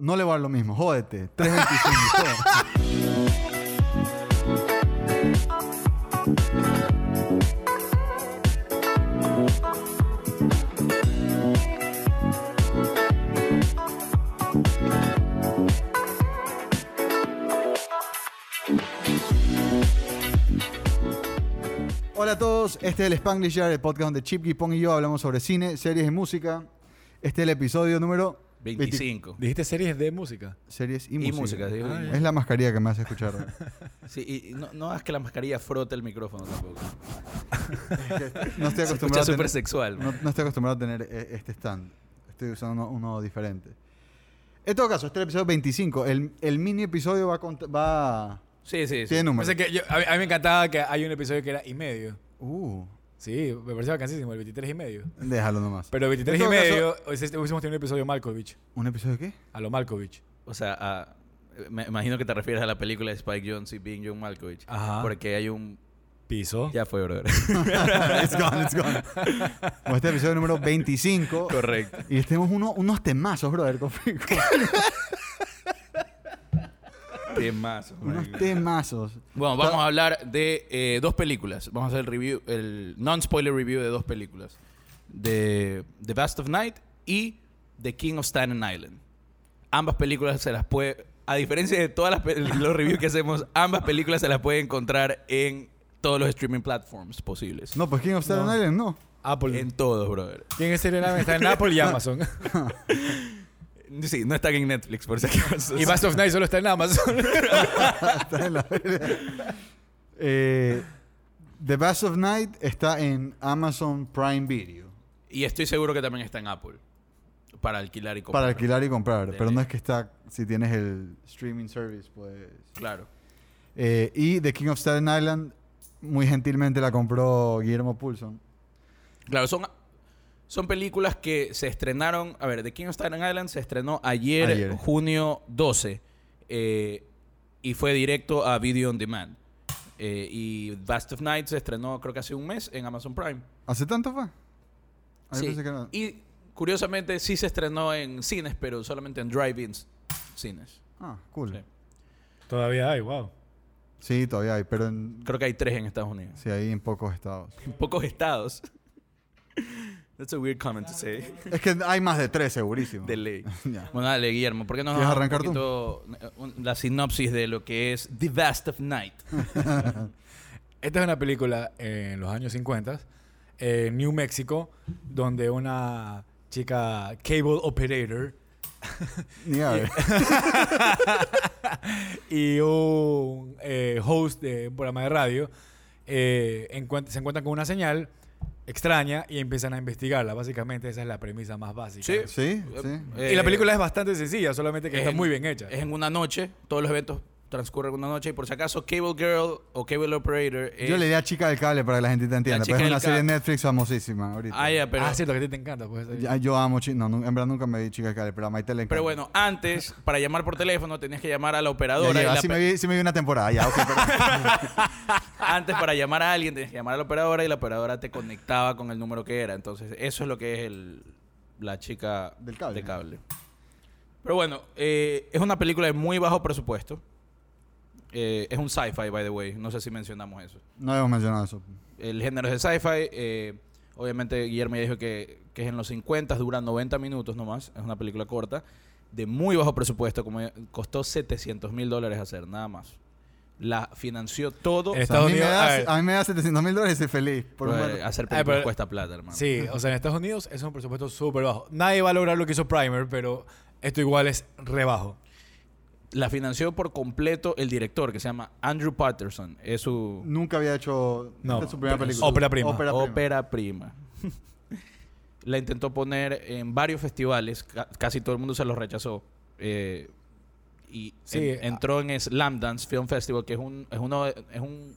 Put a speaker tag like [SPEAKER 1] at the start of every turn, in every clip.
[SPEAKER 1] No le va a dar lo mismo, jódete. 325. joder. Hola a todos, este es el Spanglish Yard, el podcast donde Chip Guipón y yo hablamos sobre cine, series y música. Este es el episodio número
[SPEAKER 2] 25.
[SPEAKER 3] Dijiste series de música.
[SPEAKER 1] Series y,
[SPEAKER 2] Y
[SPEAKER 1] música.
[SPEAKER 2] música, digo,
[SPEAKER 3] Ah,
[SPEAKER 2] y-
[SPEAKER 1] Es la mascarilla que me hace escuchar.
[SPEAKER 2] Sí, y no, no hagas que la mascarilla frote el micrófono tampoco.
[SPEAKER 1] No estoy
[SPEAKER 2] Se escucha
[SPEAKER 1] acostumbrado,
[SPEAKER 2] súper
[SPEAKER 1] a, tener,
[SPEAKER 2] sexual.
[SPEAKER 1] no, no estoy acostumbrado a tener eh, este stand. Estoy usando uno, uno diferente. En todo caso, este es el episodio 25. El, el mini episodio va a... cont- va
[SPEAKER 2] Sí, sí, sí.
[SPEAKER 1] Tiene número.
[SPEAKER 3] Parece que yo- a, mí, a mí me encantaba que hay un episodio que era y medio.
[SPEAKER 1] Uh,
[SPEAKER 3] Sí, me parecía cansísimo, el 23 y medio.
[SPEAKER 1] déjalo nomás.
[SPEAKER 3] Pero el
[SPEAKER 1] En
[SPEAKER 3] 23 y
[SPEAKER 1] todo caso-
[SPEAKER 3] medio, hoy se- hubiésemos tenido un episodio Malkovich.
[SPEAKER 1] ¿Un episodio qué?
[SPEAKER 3] A lo Malkovich.
[SPEAKER 2] O sea, a- me imagino que te refieres a la película de Spike Jones y Being John Malkovich.
[SPEAKER 3] Ajá.
[SPEAKER 2] Porque hay un...
[SPEAKER 3] Piso.
[SPEAKER 2] Ya fue, brother.
[SPEAKER 1] it's gone, it's gone. Bueno, este es el episodio número 25.
[SPEAKER 2] Correcto.
[SPEAKER 1] Y tenemos uno- unos temazos, brother. con- con
[SPEAKER 2] Temazo.
[SPEAKER 1] unos
[SPEAKER 2] marico.
[SPEAKER 1] temazos.
[SPEAKER 2] Bueno, vamos a hablar de eh, dos películas. Vamos a hacer el review, el non-spoiler review de dos películas. De The Best of Night y The King of Staten Island. Ambas películas se las puede... A diferencia de todos los reviews que hacemos, ambas películas se las puede encontrar en todos los streaming platforms posibles.
[SPEAKER 1] No, pues King of Staten
[SPEAKER 3] No.
[SPEAKER 1] Island, no.
[SPEAKER 3] Apple.
[SPEAKER 2] En todos, brother.
[SPEAKER 3] ¿Quién es el enano? Está en Apple y Amazon.
[SPEAKER 2] Sí, no están en Netflix, por si acaso.
[SPEAKER 3] y Best of Night solo está en Amazon.
[SPEAKER 1] Está en la verga. Eh, The Best of Night está en Amazon Prime Video.
[SPEAKER 2] Y estoy seguro que también está en Apple. Para alquilar y comprar.
[SPEAKER 1] Para alquilar y comprar.
[SPEAKER 2] De
[SPEAKER 1] Pero
[SPEAKER 2] ley.
[SPEAKER 1] no es que está, si tienes el streaming service, pues.
[SPEAKER 2] Claro.
[SPEAKER 1] Eh, y The King of Staten Island, muy gentilmente la compró Guillermo Pulson.
[SPEAKER 2] Claro, son, son películas que se estrenaron. A ver, The King of Staten Island se estrenó ayer,
[SPEAKER 1] Ayer.
[SPEAKER 2] junio 12. eh, y fue directo a Video on Demand. Eh, y Best of Night se estrenó, creo que hace un mes, en Amazon Prime.
[SPEAKER 1] ¿Hace tanto fue? Ah, yo
[SPEAKER 2] Sí.
[SPEAKER 1] pensé que era-
[SPEAKER 2] Y curiosamente sí se estrenó en cines, pero solamente en drive-ins cines.
[SPEAKER 1] Ah, cool.
[SPEAKER 2] Sí.
[SPEAKER 1] Sí.
[SPEAKER 3] Todavía hay, wow.
[SPEAKER 1] todavía hay, pero en,
[SPEAKER 2] Creo que hay tres en Estados Unidos.
[SPEAKER 1] sí, hay en pocos estados.
[SPEAKER 2] En pocos estados. That's a weird comment to say.
[SPEAKER 1] es que hay más de tres, segurísimo.
[SPEAKER 2] De ley.
[SPEAKER 1] Ya.
[SPEAKER 2] Bueno, dale, Guillermo, ¿por qué no nos
[SPEAKER 1] ¿Quieres
[SPEAKER 2] das un
[SPEAKER 1] arrancar tú?
[SPEAKER 2] poquito, eh, un- la sinopsis de lo que es The Vast of Night?
[SPEAKER 3] Esta es una película eh, en los años 50, eh, en New Mexico, donde una chica cable operator
[SPEAKER 1] Ni a ver.
[SPEAKER 3] y un eh, host de un programa de radio eh, encuent- se encuentran con una señal extraña y empiezan a investigarla. Básicamente esa es la premisa más básica.
[SPEAKER 2] Sí.
[SPEAKER 1] Sí, Ah, sí.
[SPEAKER 2] Eh,
[SPEAKER 3] y la película es bastante sencilla, solamente que
[SPEAKER 2] es
[SPEAKER 3] está
[SPEAKER 2] en-
[SPEAKER 3] muy bien hecha.
[SPEAKER 2] Es en una noche, todos los eventos transcurren en una noche y por si acaso Cable Girl o Cable Operator es...
[SPEAKER 1] Yo le di a Chica del Cable para que la gente te entienda.
[SPEAKER 2] Chica
[SPEAKER 1] Pero es
[SPEAKER 2] del
[SPEAKER 1] una serie de
[SPEAKER 2] Cable.
[SPEAKER 1] Netflix famosísima ahorita.
[SPEAKER 2] Ah, ya, pero,
[SPEAKER 3] ah, cierto, que a ti te encanta. Pues,
[SPEAKER 1] Ya, yo amo Chica. No, nu- en verdad nunca me vi Chica del Cable, pero a Maite le encanta.
[SPEAKER 2] pero bueno, antes, para llamar por teléfono tenías que llamar a la
[SPEAKER 1] Ya
[SPEAKER 2] operadora. y
[SPEAKER 1] lleva,
[SPEAKER 2] la
[SPEAKER 1] sí,
[SPEAKER 2] pe-
[SPEAKER 1] me vi, sí me vi una temporada. Ya, ok, pero-
[SPEAKER 2] Antes, para llamar a alguien tenías que llamar a la operadora y la operadora te conectaba con el número que era. Entonces, eso es lo que es el, la chica
[SPEAKER 1] Del cable.
[SPEAKER 2] de cable. Pero bueno, eh, es una película de muy bajo presupuesto. Eh, es un sci-fi, by the way. No sé si mencionamos eso.
[SPEAKER 1] No habíamos mencionado eso.
[SPEAKER 2] El género es de sci-fi. eh, obviamente, Guillermo ya dijo que, que es en los 50, dura 90 minutos nomás. Es una película corta, de muy bajo presupuesto. Como ya- costó 700 mil dólares hacer, nada más. La financió
[SPEAKER 1] O
[SPEAKER 2] todo.
[SPEAKER 3] Eh,
[SPEAKER 1] sea, a,
[SPEAKER 3] Estados
[SPEAKER 1] mí
[SPEAKER 3] Unidos,
[SPEAKER 1] me
[SPEAKER 3] a
[SPEAKER 1] da,
[SPEAKER 3] ver.
[SPEAKER 1] a mí me da 700 mil dólares y estoy feliz. Por un
[SPEAKER 2] Brother,
[SPEAKER 1] rato.
[SPEAKER 2] Pues, hacer
[SPEAKER 3] Ay,
[SPEAKER 2] películas
[SPEAKER 3] Ah, pero-
[SPEAKER 2] cuesta plata, hermano.
[SPEAKER 3] Sí, o sea, en Estados Unidos eso es un presupuesto súper bajo. Nadie va a lograr lo que hizo Primer, pero esto igual es rebajo.
[SPEAKER 2] La financió por completo el director, que se llama Andrew Patterson. Es su
[SPEAKER 1] Nunca había hecho
[SPEAKER 3] No,
[SPEAKER 1] esta es su primera
[SPEAKER 3] pero-
[SPEAKER 1] película.
[SPEAKER 3] ópera prima.
[SPEAKER 1] Ópera prima.
[SPEAKER 2] ópera prima. La intentó poner en varios festivales. ca- casi todo el mundo se los rechazó. Eh, y
[SPEAKER 3] Sí, ah.
[SPEAKER 2] en- entró en Slam Dance Film Festival, que es un, es, uno, de- es un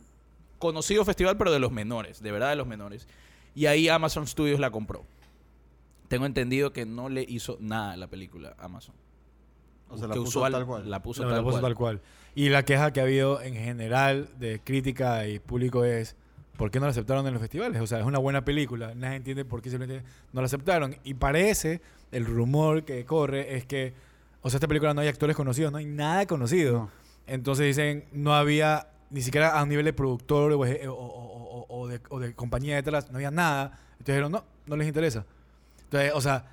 [SPEAKER 2] conocido festival, pero de los menores. De verdad, de los menores. Y ahí Amazon Studios la compró. Tengo entendido que no le hizo nada a la película Amazon.
[SPEAKER 1] O sea, la
[SPEAKER 2] Que
[SPEAKER 1] puso
[SPEAKER 2] usual-
[SPEAKER 1] tal cual.
[SPEAKER 2] La puso,
[SPEAKER 3] No,
[SPEAKER 2] tal,
[SPEAKER 3] la puso
[SPEAKER 2] cual.
[SPEAKER 3] tal cual. Y la queja que ha habido en general de crítica y público es ¿por qué no la aceptaron en los festivales? O sea, es una buena película, nadie entiende por qué simplemente no la aceptaron. Y parece, el rumor que corre es que O sea, esta película no hay actores conocidos, no hay nada conocido.
[SPEAKER 1] No.
[SPEAKER 3] Entonces dicen, no había ni siquiera a un nivel de productor o, eje- o- o- o- o de, o de compañía detrás, no había nada. Entonces dijeron, no, no les interesa. Entonces, o sea,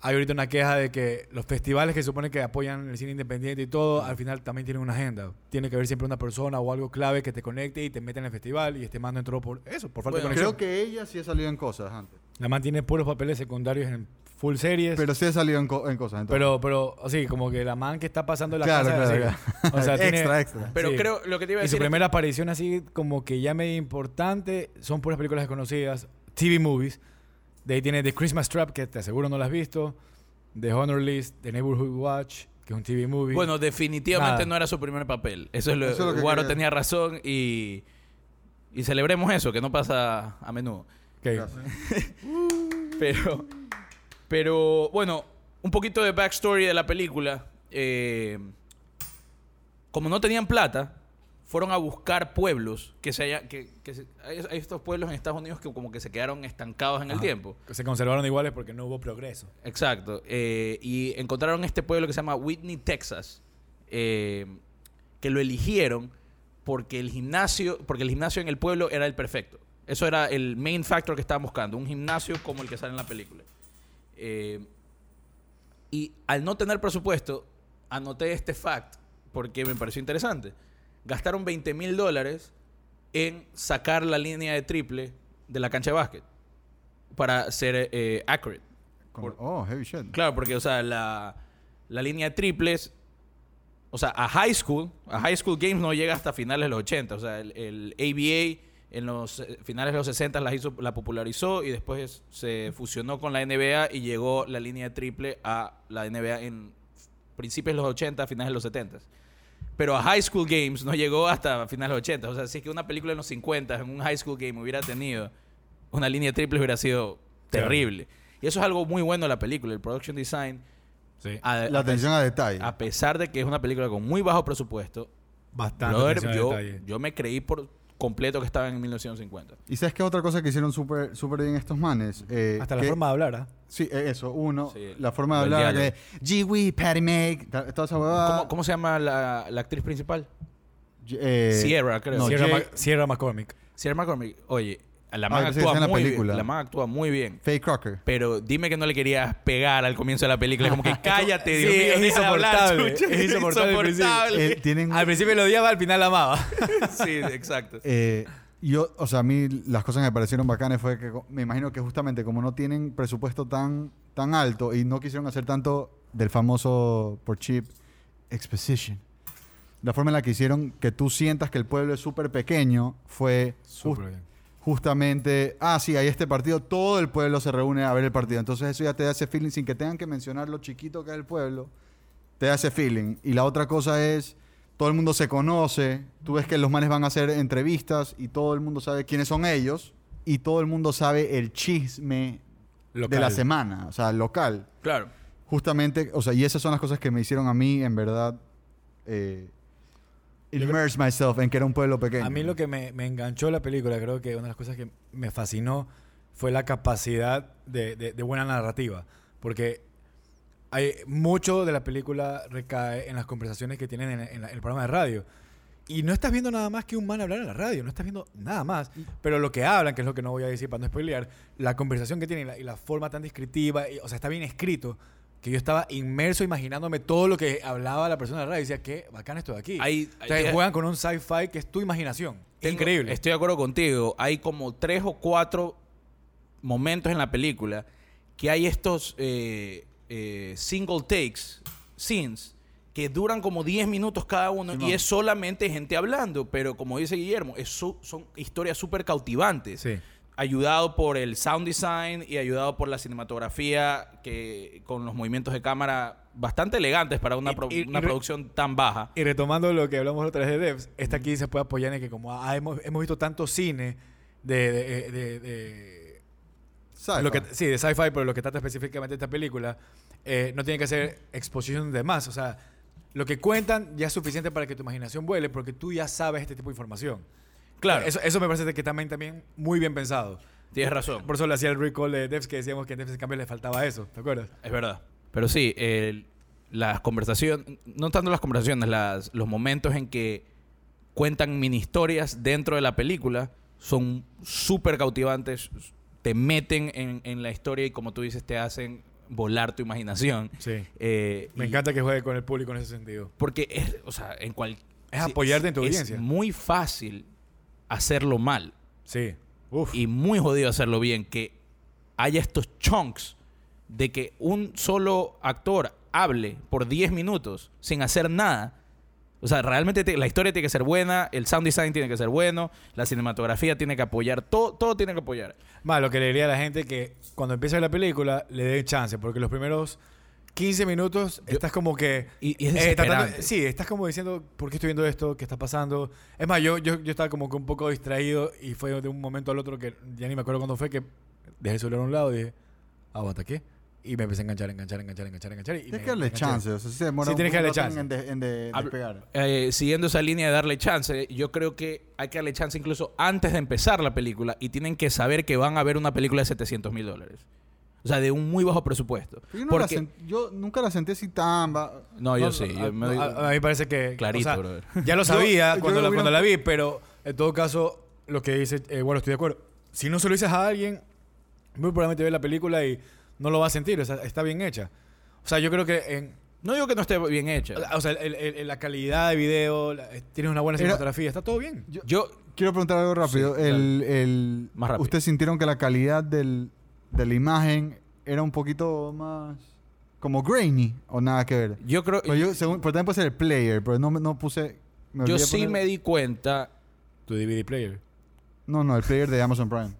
[SPEAKER 3] hay ahorita una queja de que los festivales que suponen que apoyan el cine independiente y todo, al final también tienen una agenda. Tiene que haber siempre una persona o algo clave que te conecte y te meta en el festival y este man no entró por eso, por falta
[SPEAKER 2] Bueno,
[SPEAKER 3] de conexión.
[SPEAKER 1] Creo que ella sí ha salido en cosas antes.
[SPEAKER 3] La man tiene puros papeles secundarios en full series.
[SPEAKER 1] Pero sí ha salido en, co- en cosas. entonces.
[SPEAKER 3] Pero, pero, así, como que la man que está pasando la
[SPEAKER 1] Claro,
[SPEAKER 3] casa.
[SPEAKER 1] claro,
[SPEAKER 3] así, O sea, tiene-
[SPEAKER 1] Extra, extra.
[SPEAKER 2] Pero
[SPEAKER 3] Sí.
[SPEAKER 2] creo, lo que te iba a
[SPEAKER 3] Y su
[SPEAKER 2] decir...
[SPEAKER 3] primera aparición así como que ya medio importante son puras películas desconocidas, TV movies. De ahí tiene The Christmas Trap, que te aseguro no la has visto. The Honor List, The Neighborhood Watch, que es un TV movie.
[SPEAKER 2] Bueno, definitivamente
[SPEAKER 3] Nada.
[SPEAKER 2] no era su primer papel. Eso es lo,
[SPEAKER 1] Eso es lo que
[SPEAKER 2] Guaro
[SPEAKER 1] quería.
[SPEAKER 2] tenía razón y, y celebremos eso, que no pasa a menudo.
[SPEAKER 3] Que-
[SPEAKER 1] Gracias.
[SPEAKER 2] Pero, pero bueno, un poquito de backstory de la película. Eh, como no tenían plata, fueron a buscar pueblos que se haya, que, que se- hay, hay estos pueblos en Estados Unidos que como que se quedaron estancados en el
[SPEAKER 3] Ajá.
[SPEAKER 2] tiempo.
[SPEAKER 3] que se conservaron iguales porque no hubo progreso.
[SPEAKER 2] Exacto. Eh, y encontraron este pueblo que se llama Whitney, Texas, eh, que lo eligieron porque el gimnasio, porque el gimnasio en el pueblo era el perfecto. Eso era el main factor que estaban buscando, un gimnasio como el que sale en la película. Eh, y al no tener presupuesto, anoté este fact porque me pareció interesante. Gastaron 20 mil dólares en sacar la línea de triple de la cancha de básquet para ser eh, accurate.
[SPEAKER 1] Como-
[SPEAKER 2] Por-
[SPEAKER 1] oh, heavy shit.
[SPEAKER 2] Claro, porque, o sea, la, la línea de triples, o sea, a high school, a high school games no llega hasta finales de los 80. O sea, el, el ABA en los eh, finales de los 60 la, hizo, la popularizó y después se fusionó con la NBA y llegó la línea de triple a la NBA en principios de los 80, finales de los 70. Pero a High School Games no llegó hasta finales de los 80. O sea, si es que una película en los 50, en un High School Game hubiera tenido una línea de triples, hubiera sido
[SPEAKER 3] Claro.
[SPEAKER 2] terrible. Y eso es algo muy bueno de la película, el production design.
[SPEAKER 3] Sí.
[SPEAKER 2] A,
[SPEAKER 1] La
[SPEAKER 2] a pe-
[SPEAKER 1] atención a detalle.
[SPEAKER 2] a pesar de que es una película con muy bajo presupuesto,
[SPEAKER 3] Bastante.
[SPEAKER 2] brother,
[SPEAKER 3] atención al
[SPEAKER 2] yo,
[SPEAKER 3] detalle.
[SPEAKER 2] yo me creí por completo que estaba en 1950.
[SPEAKER 1] ¿Y sabes qué otra cosa que hicieron súper súper bien estos manes? Eh,
[SPEAKER 3] Hasta la
[SPEAKER 1] que-
[SPEAKER 3] forma de hablar, ¿ah?
[SPEAKER 1] Sí, eh, eso. Uno,
[SPEAKER 2] Sí,
[SPEAKER 1] la forma de
[SPEAKER 2] el
[SPEAKER 1] hablar de Gee wee, Patty Make, ta- toda esa huevada.
[SPEAKER 2] ¿Cómo, cómo se llama la, la actriz principal?
[SPEAKER 1] Eh,
[SPEAKER 2] Sierra, creo.
[SPEAKER 1] no,
[SPEAKER 3] Sierra,
[SPEAKER 1] Jay-
[SPEAKER 3] Mac- Sierra McCormick.
[SPEAKER 2] Sierra McCormick. Oye, la
[SPEAKER 1] Ah,
[SPEAKER 2] man
[SPEAKER 1] pensé que
[SPEAKER 2] actúa
[SPEAKER 1] sea en la
[SPEAKER 2] muy
[SPEAKER 1] película.
[SPEAKER 2] bien. La man actúa muy bien.
[SPEAKER 1] Faye Crocker.
[SPEAKER 2] Pero dime que no le querías pegar al comienzo de la película. Como que cállate, Dios
[SPEAKER 3] Sí,
[SPEAKER 2] mío,
[SPEAKER 3] es
[SPEAKER 2] deja de hablar,
[SPEAKER 3] insoportable,
[SPEAKER 2] chucha,
[SPEAKER 3] es insoportable al principio.
[SPEAKER 1] Eh, tienen,
[SPEAKER 3] Al principio lo odiaba, al final la amaba.
[SPEAKER 2] sí, exacto.
[SPEAKER 1] eh, yo, o sea, a mí las cosas que me parecieron bacanas fue que co- me imagino que justamente como no tienen presupuesto tan, tan alto y no quisieron hacer tanto del famoso por chip exposition. La forma en la que hicieron que tú sientas que el pueblo es súper pequeño fue jus-
[SPEAKER 3] Súper bien.
[SPEAKER 1] justamente, ah, sí, hay este partido, todo el pueblo se reúne a ver el partido. Entonces eso ya te da ese feeling sin que tengan que mencionar lo chiquito que es el pueblo, te da ese feeling. Y la otra cosa es, todo el mundo se conoce, tú ves que los manes van a hacer entrevistas y todo el mundo sabe quiénes son ellos y todo el mundo sabe el chisme de
[SPEAKER 3] Local.
[SPEAKER 1] la semana, o sea, local.
[SPEAKER 2] Claro.
[SPEAKER 1] Justamente, o sea, y esas son las cosas que me hicieron a mí, en verdad, eh, immerse myself en que era un pueblo pequeño.
[SPEAKER 3] A mí lo que me, me enganchó la película, creo que una de las cosas que me fascinó fue la capacidad de, de- de buena narrativa. Porque hay mucho de la película recae en las conversaciones que tienen en, en la- en el programa de radio. Y no estás viendo nada más que un man hablar en la radio, no estás viendo nada más. Pero lo que hablan, que es lo que no voy a decir para no spoilear, la conversación que tienen y la, y la forma tan descriptiva, y- o sea, está bien escrito, que yo estaba inmerso imaginándome todo lo que hablaba la persona de la radio. Y decía, qué bacán esto de aquí.
[SPEAKER 2] Hay-
[SPEAKER 3] Ustedes
[SPEAKER 2] hay-
[SPEAKER 3] juegan con un sci-fi que es tu imaginación.
[SPEAKER 2] Tengo-
[SPEAKER 3] Increíble.
[SPEAKER 2] Estoy de acuerdo contigo. Hay como tres o cuatro momentos en la película que hay estos eh, eh, single takes, scenes, que duran como 10 minutos cada uno y
[SPEAKER 1] Simón.
[SPEAKER 2] es solamente gente hablando. Pero como dice Guillermo, es su- son historias súper cautivantes.
[SPEAKER 3] Sí.
[SPEAKER 2] Ayudado por el sound design y ayudado por la cinematografía que con los movimientos de cámara bastante elegantes para una,
[SPEAKER 3] Y-
[SPEAKER 2] pro-
[SPEAKER 3] y-
[SPEAKER 2] una
[SPEAKER 3] y re-
[SPEAKER 2] producción tan baja.
[SPEAKER 3] Y retomando lo que hablamos otra vez de Devs, esta aquí se puede apoyar en que como ah, hemos, hemos visto tanto cine de, de- de- de-
[SPEAKER 1] Sci-fi.
[SPEAKER 3] lo que, sí, de sci-fi, pero lo que trata específicamente esta película, eh, no tiene que ser exposición de más. O sea, lo que cuentan ya es suficiente para que tu imaginación vuele porque tú ya sabes este tipo de información.
[SPEAKER 2] Claro,
[SPEAKER 3] Eso, eso me parece que también, también muy bien pensado.
[SPEAKER 2] tienes razón.
[SPEAKER 3] Por eso le hacía el recall de Devs que decíamos que en Devs en cambio le faltaba eso, ¿te acuerdas?
[SPEAKER 2] Es verdad. Pero sí, el- las conversaciones, no tanto las conversaciones, las, los momentos en que cuentan mini historias dentro de la película son súper cautivantes, te meten en, en la historia y como tú dices te hacen volar tu imaginación.
[SPEAKER 3] Sí.
[SPEAKER 2] Eh,
[SPEAKER 3] Me
[SPEAKER 2] y-
[SPEAKER 3] encanta que juegue con el público en ese sentido.
[SPEAKER 2] Porque es, o sea, en cual
[SPEAKER 3] Es
[SPEAKER 2] sí,
[SPEAKER 3] apoyarte en tu
[SPEAKER 2] es
[SPEAKER 3] audiencia.
[SPEAKER 2] muy fácil hacerlo mal
[SPEAKER 3] Sí. Uf.
[SPEAKER 2] y muy jodido hacerlo bien, que haya estos chunks de que un solo actor hable por 10 minutos sin hacer nada. O sea, realmente te- la historia tiene que ser buena, el sound design tiene que ser bueno, la cinematografía tiene que apoyar, todo, todo tiene que apoyar.
[SPEAKER 3] Más, lo que le diría a la gente que cuando empieza la película le dé chance, porque los primeros 15 minutos estás como que. eh,
[SPEAKER 2] Y- y es desesperante.
[SPEAKER 3] sí, estás como diciendo, ¿por qué estoy viendo esto? ¿Qué está pasando? Es más, yo, yo, yo estaba como que un poco distraído y fue de un momento al otro que ya ni me acuerdo cuándo fue que dejé el celular a un lado y dije, aguanta, ¿qué? Y me empecé a enganchar, enganchar, enganchar, enganchar, enganchar. Y
[SPEAKER 1] Tienes
[SPEAKER 3] me
[SPEAKER 1] que darle
[SPEAKER 3] enganché.
[SPEAKER 1] chance. O sea, si se demora
[SPEAKER 3] Sí,
[SPEAKER 1] un
[SPEAKER 3] tienes que darle
[SPEAKER 1] rato en-
[SPEAKER 3] chance.
[SPEAKER 1] En, de- en de-
[SPEAKER 2] Habl-
[SPEAKER 1] despegar.
[SPEAKER 2] eh, siguiendo esa línea de darle chance, yo creo que hay que darle chance incluso antes de empezar la película y tienen que saber que van a ver una película de 700 mil dólares. O sea, de un muy bajo presupuesto.
[SPEAKER 1] Pero Yo, no la
[SPEAKER 2] Porque-
[SPEAKER 1] sent- ah, yo nunca la sentí así tan... ba-
[SPEAKER 2] No, yo
[SPEAKER 3] No,
[SPEAKER 2] sí.
[SPEAKER 3] A,
[SPEAKER 2] yo me doy-
[SPEAKER 3] a- a mí parece que.
[SPEAKER 2] Clarito,
[SPEAKER 3] o sea,
[SPEAKER 2] brother.
[SPEAKER 3] Ya lo
[SPEAKER 1] Yo-
[SPEAKER 3] sabía
[SPEAKER 1] yo
[SPEAKER 3] cuando, la,
[SPEAKER 1] hubiera-
[SPEAKER 3] cuando la vi, pero en todo caso, lo que dice. eh, bueno, estoy de acuerdo. Si no se lo dices a alguien, muy probablemente ve la película y no lo va a sentir. O sea, está bien hecha. O sea, yo creo que. En,
[SPEAKER 2] no digo que no esté bien hecha.
[SPEAKER 1] ah,
[SPEAKER 3] o sea, el- el- el- la calidad de video, la- eh, tienes una buena
[SPEAKER 1] Era-
[SPEAKER 3] cinematografía, está todo bien.
[SPEAKER 1] Yo-
[SPEAKER 2] Yo,
[SPEAKER 1] Quiero preguntar algo rápido.
[SPEAKER 2] Sí,
[SPEAKER 1] el, el-
[SPEAKER 2] Más rápido.
[SPEAKER 1] ¿Ustedes sintieron que la calidad del, de la imagen era un poquito más... Como grainy o nada que ver?
[SPEAKER 2] yo creo.
[SPEAKER 1] Pero, yo, según, pero también puede ser el player, pero no, me- no puse... me
[SPEAKER 2] yo
[SPEAKER 1] olvidé
[SPEAKER 2] sí
[SPEAKER 1] poner-
[SPEAKER 2] me di cuenta.
[SPEAKER 3] Tu DVD player.
[SPEAKER 1] No, no, el player de Amazon Prime.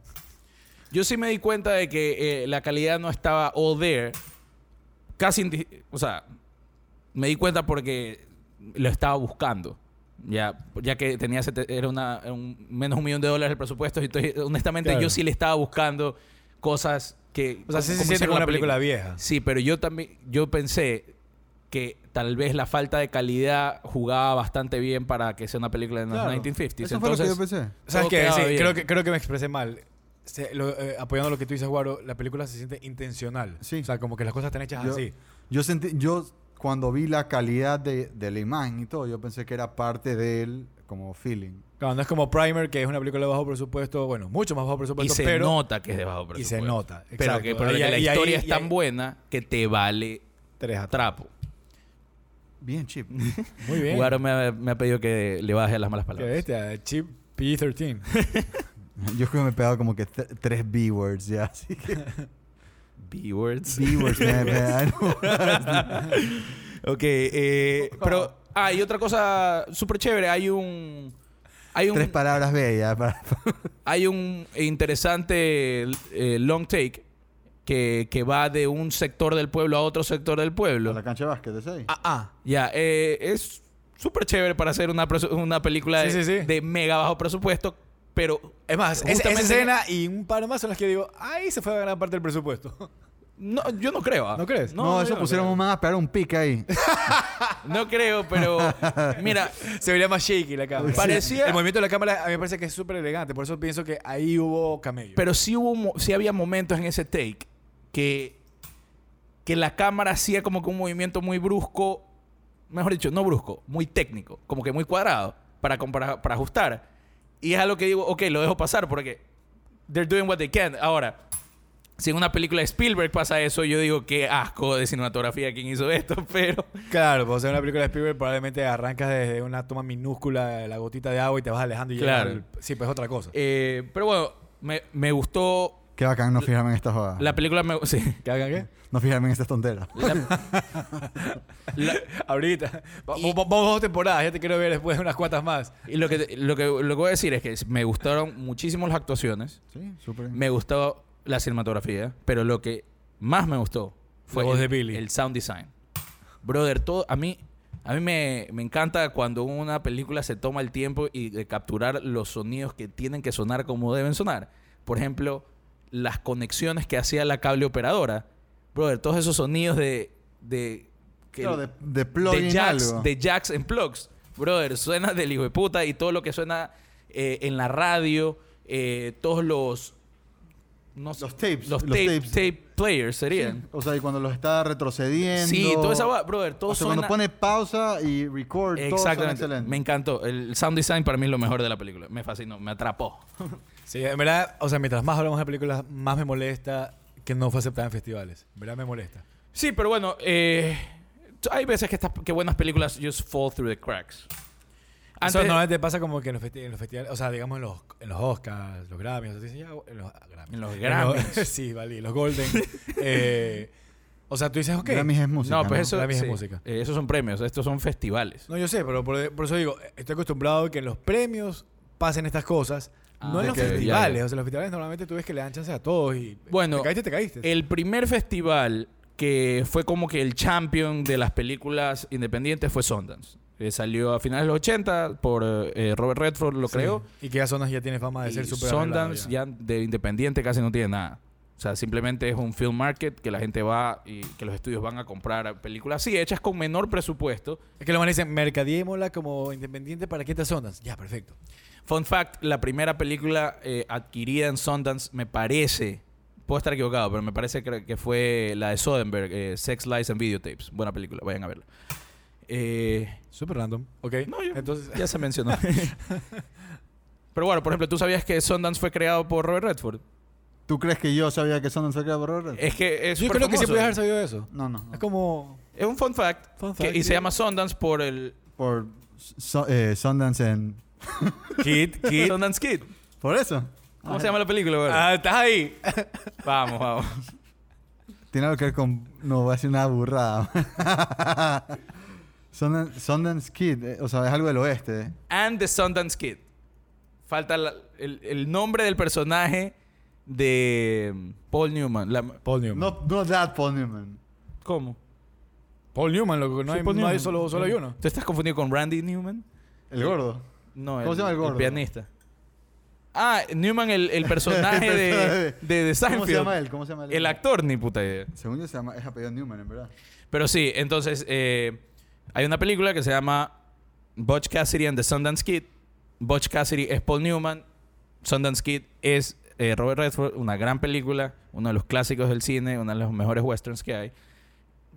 [SPEAKER 2] Yo sí me di cuenta de que eh, la calidad no estaba all there. Casi. indi- O sea, me di cuenta porque lo estaba buscando. Ya, ya que tenía sete- era una, un- menos un millón de dólares el presupuesto. Y estoy- honestamente,
[SPEAKER 3] Claro.
[SPEAKER 2] yo sí le estaba buscando cosas que.
[SPEAKER 3] O sea,
[SPEAKER 2] como- como
[SPEAKER 3] sí se siente
[SPEAKER 2] hicieron
[SPEAKER 3] como
[SPEAKER 2] la
[SPEAKER 3] una película vieja.
[SPEAKER 2] Sí, pero yo también, yo pensé que tal vez la falta de calidad jugaba bastante bien para que sea una película de los
[SPEAKER 1] Claro.
[SPEAKER 2] 1950s.
[SPEAKER 1] Eso
[SPEAKER 2] Entonces,
[SPEAKER 1] fue lo que yo pensé.
[SPEAKER 3] ¿Sabes
[SPEAKER 2] Todo
[SPEAKER 3] qué?
[SPEAKER 2] quedaba
[SPEAKER 3] Sí,
[SPEAKER 2] ah, bien.
[SPEAKER 3] creo que, creo que me expresé mal. Se- lo- eh, apoyando lo que tú dices, Guaro, la película se siente intencional.
[SPEAKER 1] Sí.
[SPEAKER 3] O sea, como que las cosas están hechas
[SPEAKER 1] Yo-
[SPEAKER 3] así.
[SPEAKER 1] Yo sentí, yo cuando vi la calidad de, de la imagen y todo, yo pensé que era parte del como feeling.
[SPEAKER 3] Claro, no es como Primer, que es una película de bajo presupuesto, bueno, mucho más bajo
[SPEAKER 2] y
[SPEAKER 3] presupuesto,
[SPEAKER 2] se
[SPEAKER 3] pero.
[SPEAKER 2] nota que es de bajo
[SPEAKER 3] y
[SPEAKER 2] presupuesto.
[SPEAKER 3] se nota.
[SPEAKER 2] Pero
[SPEAKER 3] exacto.
[SPEAKER 2] que, pero
[SPEAKER 3] Y
[SPEAKER 2] que
[SPEAKER 3] ahí-
[SPEAKER 2] la
[SPEAKER 3] y ahí-
[SPEAKER 2] historia es
[SPEAKER 3] y
[SPEAKER 2] tan
[SPEAKER 3] ahí-
[SPEAKER 2] buena que te vale
[SPEAKER 3] Tres atrás.
[SPEAKER 2] trapo.
[SPEAKER 1] Bien chip.
[SPEAKER 3] Muy bien.
[SPEAKER 2] Guaro me, ha- me ha pedido que le baje las malas
[SPEAKER 3] Qué
[SPEAKER 2] palabras.
[SPEAKER 3] bestia. eh, Chip PG-13.
[SPEAKER 1] yo creo que me he pegado como que tre- tres B-words ya. Así que
[SPEAKER 2] B-words.
[SPEAKER 1] B-words, man, man, I know.
[SPEAKER 2] Ok, eh, pero... Ah, y otra cosa súper chévere. Hay un... Hay un,
[SPEAKER 1] Tres palabras bellas. para-
[SPEAKER 2] hay un interesante eh, long take que, que va de un sector del pueblo a otro sector del pueblo.
[SPEAKER 1] cancha de básquet, ¿de seis?
[SPEAKER 3] Ah, ah.
[SPEAKER 2] Ya, eh, es súper chévere para hacer una, presu- una película de,
[SPEAKER 3] Sí, sí, sí.
[SPEAKER 2] de mega bajo presupuesto, pero
[SPEAKER 3] Es más, esa- esa
[SPEAKER 2] Justamente-
[SPEAKER 3] escena y un par más son las que digo, ahí se fue a gran parte del presupuesto.
[SPEAKER 2] no, yo no creo. ah.
[SPEAKER 3] ¿No crees?
[SPEAKER 1] No,
[SPEAKER 2] yo
[SPEAKER 1] eso
[SPEAKER 2] no
[SPEAKER 1] pusieron más a pegar un pic ahí.
[SPEAKER 2] creo. No creo, pero mira,
[SPEAKER 3] se vería más shaky la cámara.
[SPEAKER 2] Parecía-
[SPEAKER 3] El movimiento de la cámara a mí me parece que es súper elegante, por eso pienso que ahí hubo camello.
[SPEAKER 2] pero sí, hubo, mo- sí había momentos en ese take que, que la cámara hacía como que un movimiento muy brusco, mejor dicho, no brusco, muy técnico, como que muy cuadrado para, comparar- para ajustar. Y es algo que digo, ok, lo dejo pasar porque they're doing what they can. Ahora, si en una película de Spielberg pasa eso, yo digo, qué asco de cinematografía quien hizo esto, pero...
[SPEAKER 3] Claro, pues en una película de Spielberg probablemente arrancas desde una toma minúscula, la gotita de agua y te vas alejando y llegas
[SPEAKER 2] Claro.
[SPEAKER 3] al- Sí, pues es otra cosa.
[SPEAKER 2] eh, pero bueno, me, me gustó
[SPEAKER 1] Qué bacán, no fijarme en estas jodas.
[SPEAKER 2] la película, me, sí.
[SPEAKER 3] ¿Que hagan qué?
[SPEAKER 1] No fijarme en estas tonteras.
[SPEAKER 2] La-
[SPEAKER 3] Ahorita. Va-
[SPEAKER 2] Y-
[SPEAKER 3] va- Vamos a dos temporadas, ya te quiero ver después de unas cuantas más.
[SPEAKER 2] y lo que, lo, que, lo que voy a decir es que me gustaron muchísimo las actuaciones,
[SPEAKER 1] Sí, súper.
[SPEAKER 2] me gustó la cinematografía, pero lo que más me gustó fue
[SPEAKER 3] La voz
[SPEAKER 2] el,
[SPEAKER 3] de Billy.
[SPEAKER 2] el sound design. Brother, todo, a mí, a mí me, me encanta cuando una película se toma el tiempo y de capturar los sonidos que tienen que sonar como deben sonar. Por ejemplo, las conexiones que hacía la cable operadora. Brother, todos esos sonidos de... de que-
[SPEAKER 1] Claro, de, de plug
[SPEAKER 2] de
[SPEAKER 1] in
[SPEAKER 2] jacks,
[SPEAKER 1] algo.
[SPEAKER 2] de jacks en plugs. Brother, suena del hijo de puta y todo lo que suena eh, en la radio, eh, todos los no sé,
[SPEAKER 1] Los tapes,
[SPEAKER 2] Los,
[SPEAKER 1] los
[SPEAKER 2] tape,
[SPEAKER 1] tapes.
[SPEAKER 2] tape players serían.
[SPEAKER 1] O sea, y cuando los está retrocediendo.
[SPEAKER 2] Sí, toda esa va, brother, todo
[SPEAKER 1] O sea,
[SPEAKER 2] suena...
[SPEAKER 1] cuando pone pausa y record, todo suena
[SPEAKER 2] Exactamente.
[SPEAKER 1] excelente.
[SPEAKER 2] Me encantó. El sound design para mí es lo mejor de la película. Me fascinó, me atrapó.
[SPEAKER 3] Sí, en verdad, o sea, mientras más hablamos de películas, más me molesta que no fue aceptada en festivales. En verdad me molesta.
[SPEAKER 2] Sí, pero bueno, eh, hay veces que, estas, que buenas películas just fall through the cracks.
[SPEAKER 3] Eso
[SPEAKER 2] Antes-
[SPEAKER 3] normalmente pasa como que en los, festi- en los festivales, o sea, digamos en los, en los Oscars, los Grammys, o sea, dicen, ya, en los Grammys.
[SPEAKER 2] En los Grammys.
[SPEAKER 3] sí, vale, los Golden. eh, o sea, tú dices, ok.
[SPEAKER 1] Grammys es música.
[SPEAKER 2] no, pues
[SPEAKER 3] ¿no?
[SPEAKER 2] eso
[SPEAKER 3] Grammys es
[SPEAKER 2] sí.
[SPEAKER 3] música.
[SPEAKER 2] Eh, esos son premios, estos son festivales.
[SPEAKER 3] No, yo sé, pero por, por eso digo, estoy acostumbrado a que en los premios pasen estas cosas.
[SPEAKER 2] Ah,
[SPEAKER 3] no en los
[SPEAKER 2] ok, ya,
[SPEAKER 3] festivales.
[SPEAKER 2] ya.
[SPEAKER 3] O sea, en los festivales normalmente tú ves que le dan chance a todos y.
[SPEAKER 2] Bueno,
[SPEAKER 3] Te caíste, te caíste.
[SPEAKER 2] El primer festival que fue como que el champion de las películas independientes fue Sundance. Eh, salió a finales de los 80 por eh, Robert Redford, lo
[SPEAKER 3] Sí.
[SPEAKER 2] creo.
[SPEAKER 3] Y que ya Sundance ya tiene fama de
[SPEAKER 2] Y
[SPEAKER 3] ser súper.
[SPEAKER 2] Sundance
[SPEAKER 3] arreglado
[SPEAKER 2] ya de independiente casi no tiene nada. O sea, simplemente es un film market que la gente va y que los estudios van a comprar películas así hechas con menor presupuesto.
[SPEAKER 3] Es que lo van a decir, mercadiémosla como independiente para que te Sundance. Ya, perfecto.
[SPEAKER 2] Fun fact, la primera película eh, adquirida en Sundance me parece, puedo estar equivocado, pero me parece que, que fue la de Soderbergh, eh, Sex, Lies and Videotapes. Buena película, vayan a verla. Eh,
[SPEAKER 3] Súper random. Ok.
[SPEAKER 2] No, yo-
[SPEAKER 3] Entonces,
[SPEAKER 2] ya se mencionó. pero bueno, por ejemplo, ¿tú sabías que Sundance fue creado por Robert Redford?
[SPEAKER 1] ¿Tú crees que yo sabía que son un secreto horror?
[SPEAKER 2] Es que es
[SPEAKER 3] yo
[SPEAKER 2] súper
[SPEAKER 3] creo que
[SPEAKER 2] famoso. eh.
[SPEAKER 3] siempre haber sabido eso.
[SPEAKER 1] No, no. no.
[SPEAKER 3] Es como.
[SPEAKER 2] Es un fun fact.
[SPEAKER 3] Fun
[SPEAKER 2] que-
[SPEAKER 3] fact,
[SPEAKER 2] y se
[SPEAKER 3] sí.
[SPEAKER 2] llama Sundance por el
[SPEAKER 1] Por Su- eh, Sundance en...
[SPEAKER 3] Kid, Kid.
[SPEAKER 2] Sundance Kid.
[SPEAKER 1] Por eso.
[SPEAKER 2] ¿Cómo
[SPEAKER 1] Ah,
[SPEAKER 2] se llama la película? güey?
[SPEAKER 3] ah, estás ahí.
[SPEAKER 2] Vamos, vamos.
[SPEAKER 1] Tiene algo que ver con... No, voy a decir una burrada. Sundance, Sundance Kid. eh, o sea, es algo del oeste. eh.
[SPEAKER 2] And the Sundance Kid. Falta la- el, el nombre del personaje de mm, Paul Newman. La-
[SPEAKER 3] Paul Newman.
[SPEAKER 1] No, no that Paul Newman.
[SPEAKER 2] ¿Cómo?
[SPEAKER 3] Paul Newman, loco. No,
[SPEAKER 2] Sí,
[SPEAKER 3] hay,
[SPEAKER 2] Paul
[SPEAKER 3] no hay
[SPEAKER 2] Newman.
[SPEAKER 3] solo, solo hay uno.
[SPEAKER 2] ¿Tú estás confundido con Randy Newman?
[SPEAKER 1] El gordo.
[SPEAKER 2] No,
[SPEAKER 1] ¿Cómo se llama el gordo?
[SPEAKER 2] pianista. Ah, Newman, el, el personaje de, de, de
[SPEAKER 1] Este ¿Cómo se llama
[SPEAKER 2] Seinfeld.
[SPEAKER 1] él? ¿Cómo se llama él?
[SPEAKER 2] El actor, ni puta idea.
[SPEAKER 1] Según yo se llama... Es apellido Newman, en verdad.
[SPEAKER 2] Pero sí, entonces eh, hay una película que se llama Butch Cassidy and the Sundance Kid. Butch Cassidy es Paul Newman. Sundance Kid es eh, Robert Redford, una gran película, uno de los clásicos del cine, uno de los mejores westerns que hay.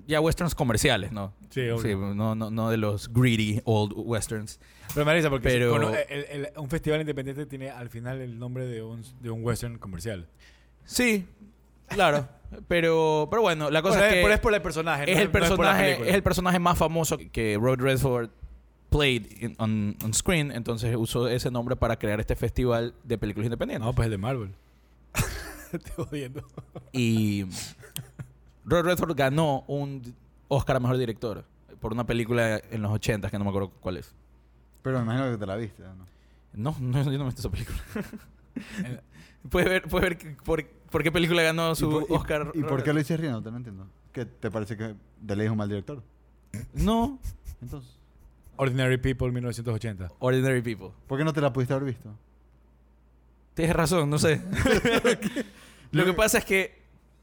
[SPEAKER 2] Ya westerns comerciales, ¿no?
[SPEAKER 3] Sí, obvio.
[SPEAKER 2] no, no, no de los greedy old westerns.
[SPEAKER 3] Pero me parece porque
[SPEAKER 2] Pero-
[SPEAKER 3] cono- el- el- un festival independiente tiene al final el nombre de un, de un western comercial.
[SPEAKER 2] Sí, claro. pero, pero bueno, la cosa
[SPEAKER 3] Bueno,
[SPEAKER 2] es que...
[SPEAKER 3] pero es por el personaje.
[SPEAKER 2] es
[SPEAKER 3] no
[SPEAKER 2] el
[SPEAKER 3] no por la
[SPEAKER 2] personaje
[SPEAKER 3] película.
[SPEAKER 2] es el personaje más famoso que Rod Redford played in- on, on screen entonces usó ese nombre para crear este festival de películas independientes
[SPEAKER 3] No, pues el de Marvel. Te jodiendo.
[SPEAKER 2] y Rod Redford ganó un Oscar a mejor director por una película en los 80 que no me acuerdo cuál es
[SPEAKER 1] Pero me imagino que te la viste, ¿o ¿no?
[SPEAKER 2] no, no yo no me he visto esa película puedes ver puedes ver que- por, por qué película ganó su
[SPEAKER 1] ¿Y por- y-
[SPEAKER 2] Oscar
[SPEAKER 1] ¿Y, por
[SPEAKER 2] Rod
[SPEAKER 1] qué lo dices riendo? No entiendo. ¿Qué te parece que de ley es un mal director?
[SPEAKER 2] Redford. no
[SPEAKER 1] Entonces,
[SPEAKER 3] Ordinary People 1980.
[SPEAKER 2] Ordinary People
[SPEAKER 1] ¿por qué no te la pudiste haber visto?
[SPEAKER 2] Tienes razón, no sé. Lo que pasa es que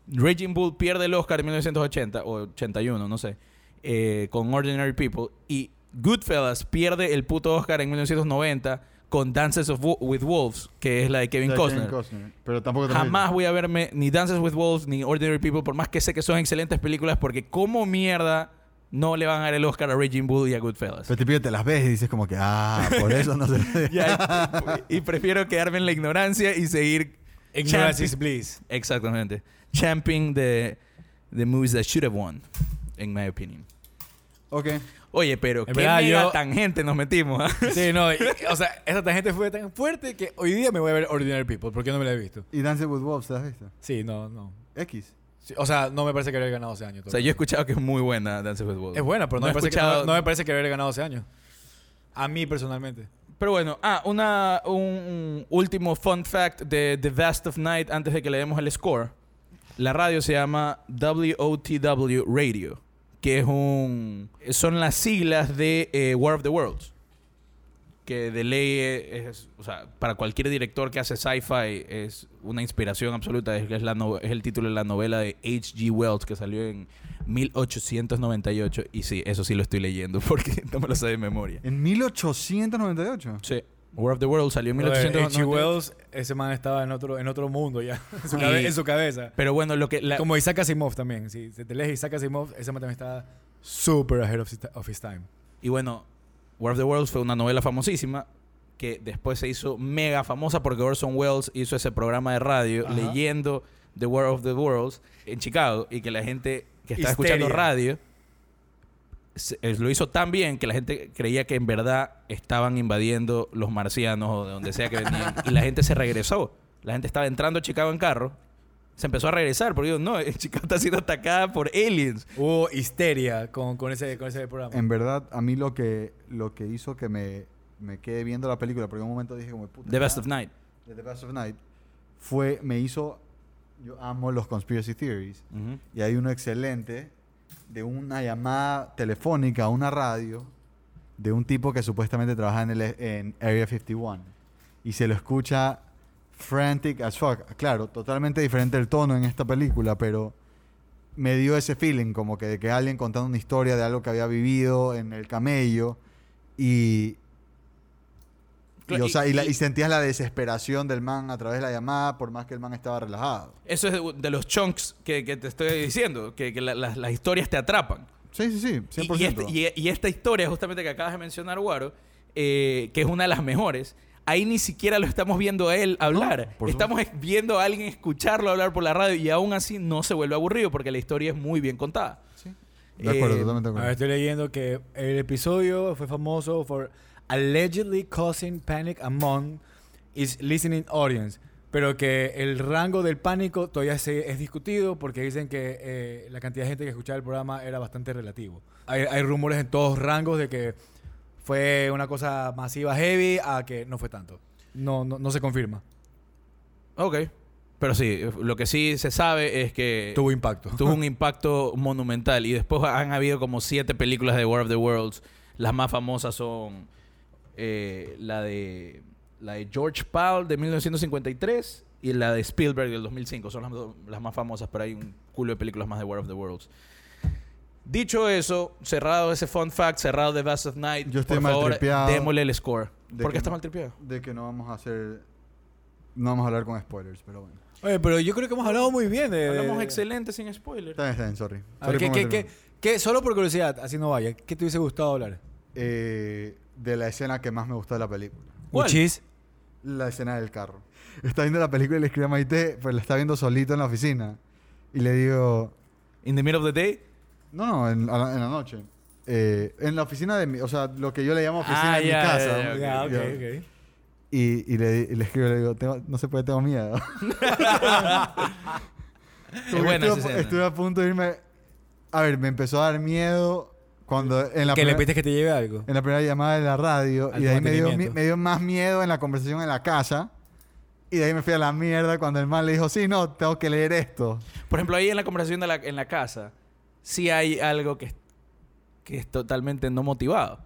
[SPEAKER 2] Raging Bull pierde el Oscar en 1980 o 81, no sé, eh, con Ordinary People. Y Goodfellas pierde el puto Oscar en 1990 con Dances of Wo- with Wolves, que es la de Kevin
[SPEAKER 1] O sea,
[SPEAKER 2] Costner.
[SPEAKER 1] Pero tampoco te la
[SPEAKER 2] Jamás voy a verme ni Dances with Wolves ni Ordinary People, por más que sé que son excelentes películas, porque ¿cómo mierda no le van a dar el Oscar a Raging Bull y a Goodfellas?
[SPEAKER 1] Pero te pido, te las ves y dices como que, ah, por eso no se la
[SPEAKER 2] Ya, y, y prefiero quedarme en la ignorancia y seguir
[SPEAKER 3] Ignorance
[SPEAKER 2] champi-
[SPEAKER 3] is bliss.
[SPEAKER 2] Exactamente. Champing the, the movies that should have won, in my opinion.
[SPEAKER 1] Ok.
[SPEAKER 2] Oye, pero
[SPEAKER 3] En
[SPEAKER 2] qué
[SPEAKER 3] verdad,
[SPEAKER 2] mega
[SPEAKER 3] yo-
[SPEAKER 2] tangente nos metimos. ah?
[SPEAKER 3] Sí, no. y- o sea, esa tangente fue tan fuerte que hoy día me voy a ver Ordinary People porque no me la he visto.
[SPEAKER 1] ¿Y Dance with Wolves te las viste?
[SPEAKER 3] Sí, no, no.
[SPEAKER 1] X.
[SPEAKER 3] Sí, o sea, no me parece que haber ganado ese año.
[SPEAKER 2] o sea, yo he escuchado que es muy buena Dance with Wolves.
[SPEAKER 3] Es buena, pero no,
[SPEAKER 2] he
[SPEAKER 3] me, parece que,
[SPEAKER 2] escuchado-
[SPEAKER 3] no- no me parece que haber ganado ese año. A mí personalmente.
[SPEAKER 2] Pero bueno, ah, una, un, un último fun fact de The Vast of Night antes de que le demos el score. La radio se llama WOTW Radio, que es un... Son las siglas de eh, War of the Worlds. Que de ley es, es- O sea, para cualquier director que hace sci-fi es una inspiración absoluta. Es, es la no- es el título de la novela de H.G. Wells que salió en 1898. Y sí, eso sí lo estoy leyendo porque no me lo sé de memoria.
[SPEAKER 1] ¿En 1898?
[SPEAKER 2] Sí. War of the World salió en
[SPEAKER 3] H.G.
[SPEAKER 2] 1890.
[SPEAKER 3] Wells, ese man estaba en otro, en otro mundo ya, en su, cabe-
[SPEAKER 2] Y-
[SPEAKER 3] en su cabeza.
[SPEAKER 2] Pero bueno, lo que... la-
[SPEAKER 3] Como Isaac Asimov también. Si te lees Isaac Asimov, ese man también estaba super ahead of his ti- of his time.
[SPEAKER 2] Y bueno, War of the Worlds fue una novela famosísima que después se hizo mega famosa porque Orson Welles hizo ese programa de radio
[SPEAKER 3] Ajá.
[SPEAKER 2] leyendo The War of the Worlds en Chicago y que la gente que estaba
[SPEAKER 3] Histeria.
[SPEAKER 2] escuchando radio se- eh, lo hizo tan bien que la gente creía que en verdad estaban invadiendo los marcianos o de donde sea que venían y la gente se regresó. La gente estaba entrando a Chicago en carro. Se empezó a regresar porque digo, no, Chicago está siendo atacada por aliens.
[SPEAKER 3] Hubo histeria con, con, ese, con ese programa.
[SPEAKER 1] En verdad, a mí lo que, lo que hizo que me, me quedé viendo la película, porque en un momento dije como, puta,
[SPEAKER 2] The Best
[SPEAKER 1] ya,
[SPEAKER 2] of Night.
[SPEAKER 1] de The Best of Night, fue, me hizo, yo amo los conspiracy theories,
[SPEAKER 2] Ujú.
[SPEAKER 1] y hay uno excelente de una llamada telefónica a una radio de un tipo que supuestamente trabaja en, el, en Area 51 y se lo escucha frantic as fuck. Claro, totalmente diferente el tono en esta película, pero me dio ese feeling como que de que alguien contando una historia de algo que había vivido en el camello y y,
[SPEAKER 2] Cla-
[SPEAKER 1] o
[SPEAKER 2] y-
[SPEAKER 1] sea, y la-
[SPEAKER 2] y-
[SPEAKER 1] y sentías la desesperación del man a través de la llamada, por más que el man estaba relajado.
[SPEAKER 2] Eso es de, de los chunks que, que te estoy diciendo, que, que la- las- las historias te atrapan.
[SPEAKER 1] Sí, sí, sí,
[SPEAKER 2] Y-
[SPEAKER 1] 100%.
[SPEAKER 2] Y, este- y- y esta historia, justamente que acabas de mencionar, Guaro, eh, que es una de las mejores, ahí ni siquiera lo estamos viendo a él hablar.
[SPEAKER 1] No, por
[SPEAKER 2] estamos es- viendo a alguien escucharlo hablar por la radio y aún así no se vuelve aburrido porque la historia es muy bien contada.
[SPEAKER 1] Sí. De acuerdo,
[SPEAKER 2] Eh,
[SPEAKER 1] totalmente de acuerdo.
[SPEAKER 3] A ver, estoy leyendo que el episodio fue famoso por allegedly causing panic among its listening audience, pero que el rango del pánico todavía se, es discutido porque dicen que eh, la cantidad de gente que escuchaba el programa era bastante relativo. Hay, hay rumores en todos rangos de que fue una cosa masiva heavy a que no fue tanto. No, no, no se confirma.
[SPEAKER 2] Ok. Pero sí, lo que sí se sabe es
[SPEAKER 1] Eh,
[SPEAKER 2] que
[SPEAKER 3] Tuvo impacto.
[SPEAKER 2] tuvo un impacto monumental. Y después han habido como siete películas de War of the Worlds. Las más famosas son eh, la de la de George Powell de 1953 y la de Spielberg del 2005. Son las, do- las más famosas, pero hay un culo de películas más de War of the Worlds. Dicho eso, cerrado ese fun fact, cerrado The Vast of Night,
[SPEAKER 1] Yo estoy
[SPEAKER 2] por favor,
[SPEAKER 1] maltripeado.
[SPEAKER 2] démosle el score.
[SPEAKER 1] De
[SPEAKER 2] ¿Por qué
[SPEAKER 1] que
[SPEAKER 2] estás
[SPEAKER 1] no-
[SPEAKER 2] mal tripeado?
[SPEAKER 1] de que no vamos a hacer no vamos a hablar con spoilers pero bueno
[SPEAKER 3] Oye, pero yo creo que hemos hablado muy bien de...
[SPEAKER 2] Hablamos
[SPEAKER 3] de-
[SPEAKER 2] excelente sin spoilers.
[SPEAKER 1] está bien está bien sorry,
[SPEAKER 3] A
[SPEAKER 1] Sorry
[SPEAKER 3] ver, ¿qué-
[SPEAKER 1] por
[SPEAKER 3] qué-
[SPEAKER 1] meterme.
[SPEAKER 3] qué- qué- solo por curiosidad, así no vaya, ¿qué te hubiese gustado hablar?
[SPEAKER 1] Eh, de la escena que más me gustó de la película
[SPEAKER 2] ¿Cuál?
[SPEAKER 3] Uchis.
[SPEAKER 1] la escena del carro está viendo la película y le escribe a Maite pero la está viendo solito en la oficina y le digo
[SPEAKER 2] In the middle of the day.
[SPEAKER 1] no no en, a la, en la noche Eh, en la oficina de mi o sea lo que yo le llamo oficina
[SPEAKER 2] Ah,
[SPEAKER 1] de
[SPEAKER 2] ya,
[SPEAKER 1] mi casa
[SPEAKER 2] ya,
[SPEAKER 3] Ya, ok,
[SPEAKER 1] Yo-
[SPEAKER 3] ok.
[SPEAKER 1] Y, y le, y le escribo le digo "Tengo- no se puede tengo miedo
[SPEAKER 2] Es
[SPEAKER 1] Como que
[SPEAKER 2] buena
[SPEAKER 1] estuve, a
[SPEAKER 2] esa
[SPEAKER 1] pu-
[SPEAKER 2] escena.
[SPEAKER 1] estuve a punto de irme. A ver, me empezó a dar miedo cuando en la,
[SPEAKER 3] que le
[SPEAKER 1] primera-
[SPEAKER 3] pides que te lleve algo.
[SPEAKER 1] en la primera llamada de la radio.
[SPEAKER 3] Al
[SPEAKER 1] y de ahí me dio, mi-
[SPEAKER 3] mantenimiento.
[SPEAKER 1] me dio más miedo en la conversación en la casa. Y de ahí me fui a la mierda cuando el man le dijo, sí, no, tengo que leer esto.
[SPEAKER 2] Por ejemplo, ahí en la conversación de la, en la casa, sí hay algo que, es- que es totalmente no motivado.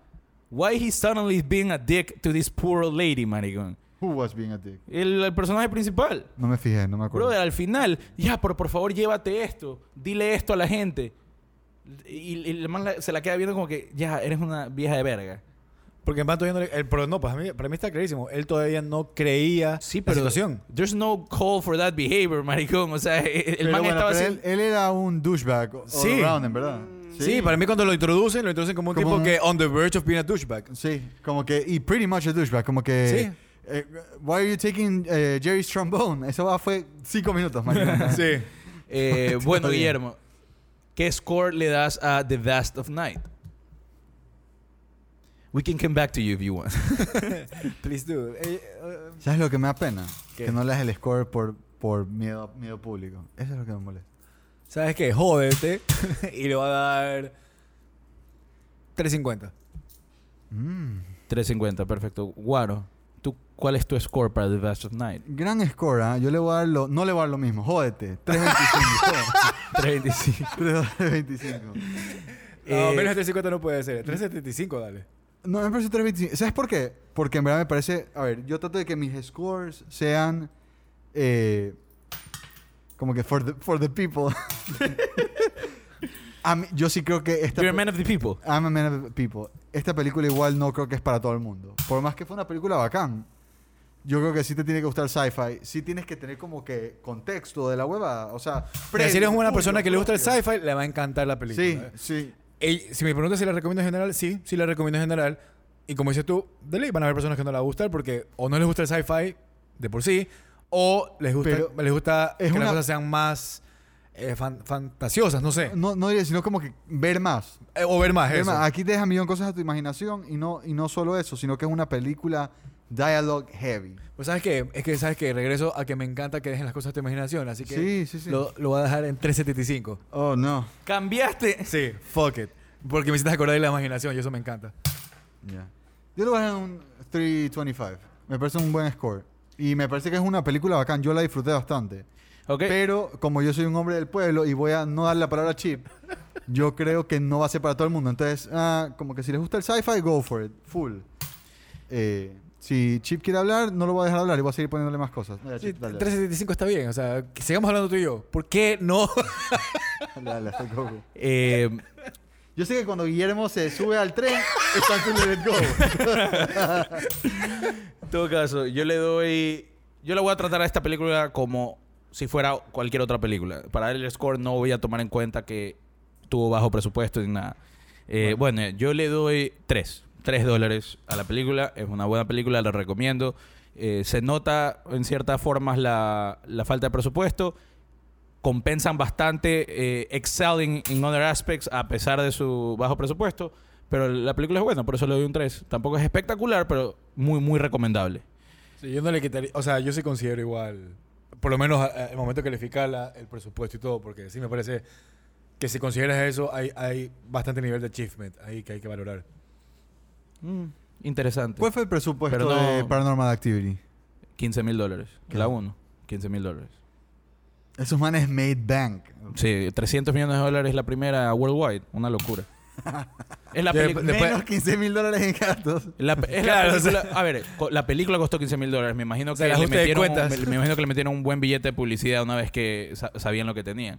[SPEAKER 2] Why he suddenly being a dick to this poor old lady, maricón.
[SPEAKER 1] Who was being a dick?
[SPEAKER 2] El, el personaje principal.
[SPEAKER 1] No me fijé, no me acuerdo.
[SPEAKER 2] Brother, al final, ya, pero por favor llévate esto. Dile esto a la gente. Y, y el man la- se la queda viendo como que, ya, eres una vieja de verga.
[SPEAKER 3] Porque en todavía no le- el- pero no, pues a mí, para mí está clarísimo. Él todavía no creía
[SPEAKER 2] Sí,
[SPEAKER 3] la
[SPEAKER 2] pero...
[SPEAKER 3] situación.
[SPEAKER 2] There's no call for that behavior, maricón. O sea, el, el
[SPEAKER 1] Pero
[SPEAKER 2] man
[SPEAKER 1] bueno,
[SPEAKER 2] estaba
[SPEAKER 1] pero
[SPEAKER 2] así...
[SPEAKER 1] él, él era un douchebag. all
[SPEAKER 3] Sí.
[SPEAKER 1] around, en verdad.
[SPEAKER 3] Sí. para mí cuando lo introducen, lo introducen como un
[SPEAKER 1] Como
[SPEAKER 3] tipo
[SPEAKER 1] un-
[SPEAKER 3] que on the verge of being a douchebag.
[SPEAKER 1] Sí, como que, y pretty much a douchebag, como que...
[SPEAKER 3] Sí.
[SPEAKER 1] eh, why are you taking eh, Jerry's trombone? Eso va- fue cinco minutos, marico.
[SPEAKER 3] sí.
[SPEAKER 2] Eh,
[SPEAKER 1] Está
[SPEAKER 2] bueno,
[SPEAKER 1] bien.
[SPEAKER 2] Guillermo, ¿qué score le das a The Vast of Night? We can come back to you if you want.
[SPEAKER 3] Please do. Eh, eh,
[SPEAKER 1] ¿Sabes lo que me da pena?
[SPEAKER 3] ¿Qué?
[SPEAKER 1] Que no le das el score por, por miedo, miedo público. Eso es lo que me molesta.
[SPEAKER 3] ¿Sabes qué? Jódete. y le va a dar 350.
[SPEAKER 1] Mm.
[SPEAKER 2] 350, perfecto. Guaro, ¿tú, ¿cuál es tu score para The Vast of Night?
[SPEAKER 1] Gran score, ¿ah? Yo le voy a dar lo... No le voy a dar lo mismo. Jódete. 325.
[SPEAKER 2] 325.
[SPEAKER 1] 325.
[SPEAKER 3] No,
[SPEAKER 2] Eh,
[SPEAKER 3] menos de 350 no puede ser. 375, dale.
[SPEAKER 1] No, me parece 325. ¿Sabes por qué? Porque en verdad me parece... A ver, yo trato de que mis scores sean... eh, como que for the, for the people. a mí- yo sí creo que esta...
[SPEAKER 2] You're a
[SPEAKER 1] pe-
[SPEAKER 2] man of the people.
[SPEAKER 1] I'm a man of people. Esta película igual no creo que es para todo el mundo. Por más que fue una película bacán, yo creo que sí te tiene que gustar sci-fi. Sí tienes que tener como que contexto de la hueva. O sea,
[SPEAKER 3] Mira, si eres una
[SPEAKER 1] prejuicio
[SPEAKER 3] persona que le gusta el
[SPEAKER 1] propio.
[SPEAKER 3] sci-fi, le va a encantar la película. Eh,
[SPEAKER 1] Sí, sí.
[SPEAKER 3] Ey, si me preguntas si la recomiendo en general, sí, sí la recomiendo en general. Y como dices tú, de ley van a haber personas que no la gustan porque o no les gusta el sci-fi de por sí, o les gusta,
[SPEAKER 1] Pero
[SPEAKER 3] les gusta
[SPEAKER 1] es
[SPEAKER 3] que las
[SPEAKER 1] una-
[SPEAKER 3] cosas sean más eh, fan- fantasiosas, no sé.
[SPEAKER 1] No, no diría, sino como que ver más.
[SPEAKER 3] Eh, o ver más
[SPEAKER 1] Ver
[SPEAKER 3] eso.
[SPEAKER 1] más. ah. Aquí te deja millón cosas a tu imaginación y no, y no solo eso, sino que es una película dialogue heavy.
[SPEAKER 3] Pues sabes que es que sabes que regreso a que me encanta que dejen las cosas a tu imaginación, así que
[SPEAKER 1] Sí, sí, sí.
[SPEAKER 3] Lo, lo voy a dejar en 375.
[SPEAKER 1] Oh, no.
[SPEAKER 2] Cambiaste.
[SPEAKER 3] Sí, fuck it. Porque me hiciste acordar de la imaginación y eso me encanta.
[SPEAKER 1] Ya. Yo le voy a dar un 325. Me parece un buen score. Y me parece que es una película bacán. Yo la disfruté bastante.
[SPEAKER 2] Ok.
[SPEAKER 1] Pero como yo soy un hombre del pueblo y voy a no dar la palabra chip, yo creo que no va a ser para todo el mundo. Entonces, ah, como que si les gusta el sci-fi, go for it. Full. Eh, si Chip quiere hablar, no lo voy a dejar hablar y voy a seguir poniéndole más cosas. Dale,
[SPEAKER 3] Sí,
[SPEAKER 1] Chip, dale,
[SPEAKER 3] 375 está bien, o sea, que sigamos hablando tú y yo. ¿Por qué no?
[SPEAKER 1] dale, dale, go, go.
[SPEAKER 2] Eh,
[SPEAKER 1] Yo sé que cuando Guillermo se sube al tren, está en su let it go.
[SPEAKER 2] en todo caso, yo le doy. Yo la voy a tratar a esta película como si fuera cualquier otra película. Para darle el score no voy a tomar en cuenta que tuvo bajo presupuesto ni nada. Eh, bueno. yo le doy 3. 3 dólares a la película. Es una buena película, la recomiendo. Eh, se nota en ciertas formas la, la falta de presupuesto. compensan bastante, eh, excelling in other aspects a pesar de su bajo presupuesto. Pero la película es buena, por eso le doy un 3. Tampoco es espectacular, pero muy, muy recomendable.
[SPEAKER 3] Sí, yo no le quitaría, o sea, yo sí considero igual, por lo menos a- a- el momento de calificar la- el presupuesto y todo, porque sí me parece que si consideras eso, hay, hay bastante nivel de achievement ahí que hay que valorar.
[SPEAKER 2] Mm, interesante.
[SPEAKER 1] ¿Cuál fue el presupuesto
[SPEAKER 2] Pero no-
[SPEAKER 1] de Paranormal Activity?
[SPEAKER 2] 15 mil dólares.
[SPEAKER 3] Ah.
[SPEAKER 2] La 1. 15 mil dólares.
[SPEAKER 1] Esos manes made bank.
[SPEAKER 2] Sí, 300 millones de dólares la primera worldwide. Una locura. es la
[SPEAKER 3] Ya,
[SPEAKER 2] película.
[SPEAKER 3] después-
[SPEAKER 1] Menos 15 mil dólares en gastos.
[SPEAKER 2] La, pe- es
[SPEAKER 3] Claro,
[SPEAKER 2] la
[SPEAKER 3] o sea-
[SPEAKER 2] película- a ver, co- la película costó 15 mil dólares. Me imagino
[SPEAKER 3] sea,
[SPEAKER 2] que
[SPEAKER 3] el
[SPEAKER 2] le
[SPEAKER 3] ajuste de
[SPEAKER 2] metieron, un,
[SPEAKER 3] cuentas.
[SPEAKER 2] me imagino que le metieron un buen billete de publicidad una vez que sa- sabían lo que tenían.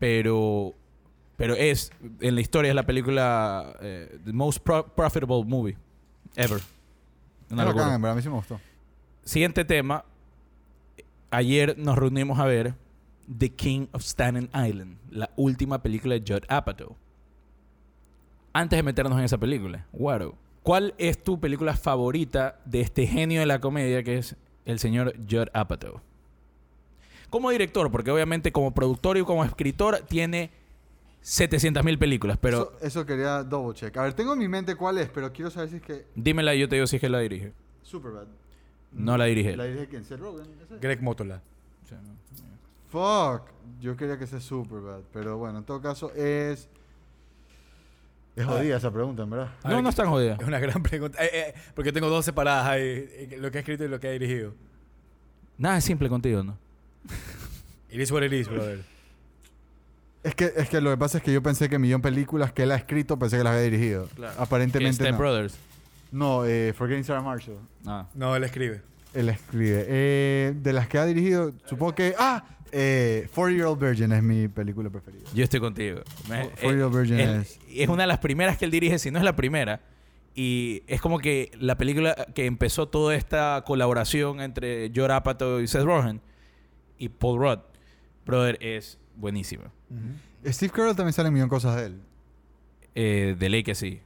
[SPEAKER 2] Pero, pero es en la historia es la película eh, the most pro- profitable movie ever. Una
[SPEAKER 1] Es
[SPEAKER 2] locura.
[SPEAKER 1] bacán, en verdad, a mí sí me gustó.
[SPEAKER 2] Siguiente tema. Ayer nos reunimos a ver The King of Staten Island, la última película de Judd Apatow. Antes de meternos en esa película, Guaro, ¿cuál es tu película favorita de este genio de la comedia que es el señor Judd Apatow? Como director, porque obviamente como productor y como escritor tiene 700.000 películas, pero
[SPEAKER 1] eso, eso quería double check. A ver, tengo en mi mente cuál es, pero quiero saber si es que
[SPEAKER 2] dímela y yo te digo si es que la dirige.
[SPEAKER 1] Superbad.
[SPEAKER 2] No la dirige. él.
[SPEAKER 1] ¿La dirige quién? Seth Rogen. ¿Ese?
[SPEAKER 3] Greg Motola.
[SPEAKER 2] O sea, no.
[SPEAKER 1] Fuck. Yo quería que sea Superbad, pero bueno, en todo caso es es jodida esa pregunta, en verdad.
[SPEAKER 3] A
[SPEAKER 2] No,
[SPEAKER 3] ver,
[SPEAKER 2] no es tan jodida.
[SPEAKER 3] Es una gran pregunta. Eh, eh, porque tengo dos separadas ahí, eh, lo que ha escrito y lo que ha dirigido.
[SPEAKER 2] Nada es simple contigo, ¿no?
[SPEAKER 3] It is what it is, brother.
[SPEAKER 1] Es que es que lo que pasa es que yo pensé que millón películas que él ha escrito pensé que las había dirigido.
[SPEAKER 2] Claro.
[SPEAKER 1] Aparentemente
[SPEAKER 2] Step
[SPEAKER 1] no.
[SPEAKER 2] Brothers.
[SPEAKER 1] No, eh, Forgetting Sarah Marshall.
[SPEAKER 2] Ah.
[SPEAKER 3] No, él escribe.
[SPEAKER 1] Él escribe. Eh, de las que ha dirigido, supongo que ah, eh, Four Year Old Virgin es mi película preferida.
[SPEAKER 2] Yo estoy contigo. Me-
[SPEAKER 1] For Your Virgin
[SPEAKER 2] es, es una de las primeras que él dirige, si no es la primera. Y es como que la película que empezó toda esta colaboración entre Judd Apatow y Seth Rogen y Paul Rudd, brother, es buenísima.
[SPEAKER 1] Eh, Steve Carell también sale en millón cosas de él.
[SPEAKER 2] Eh, de ley que sí.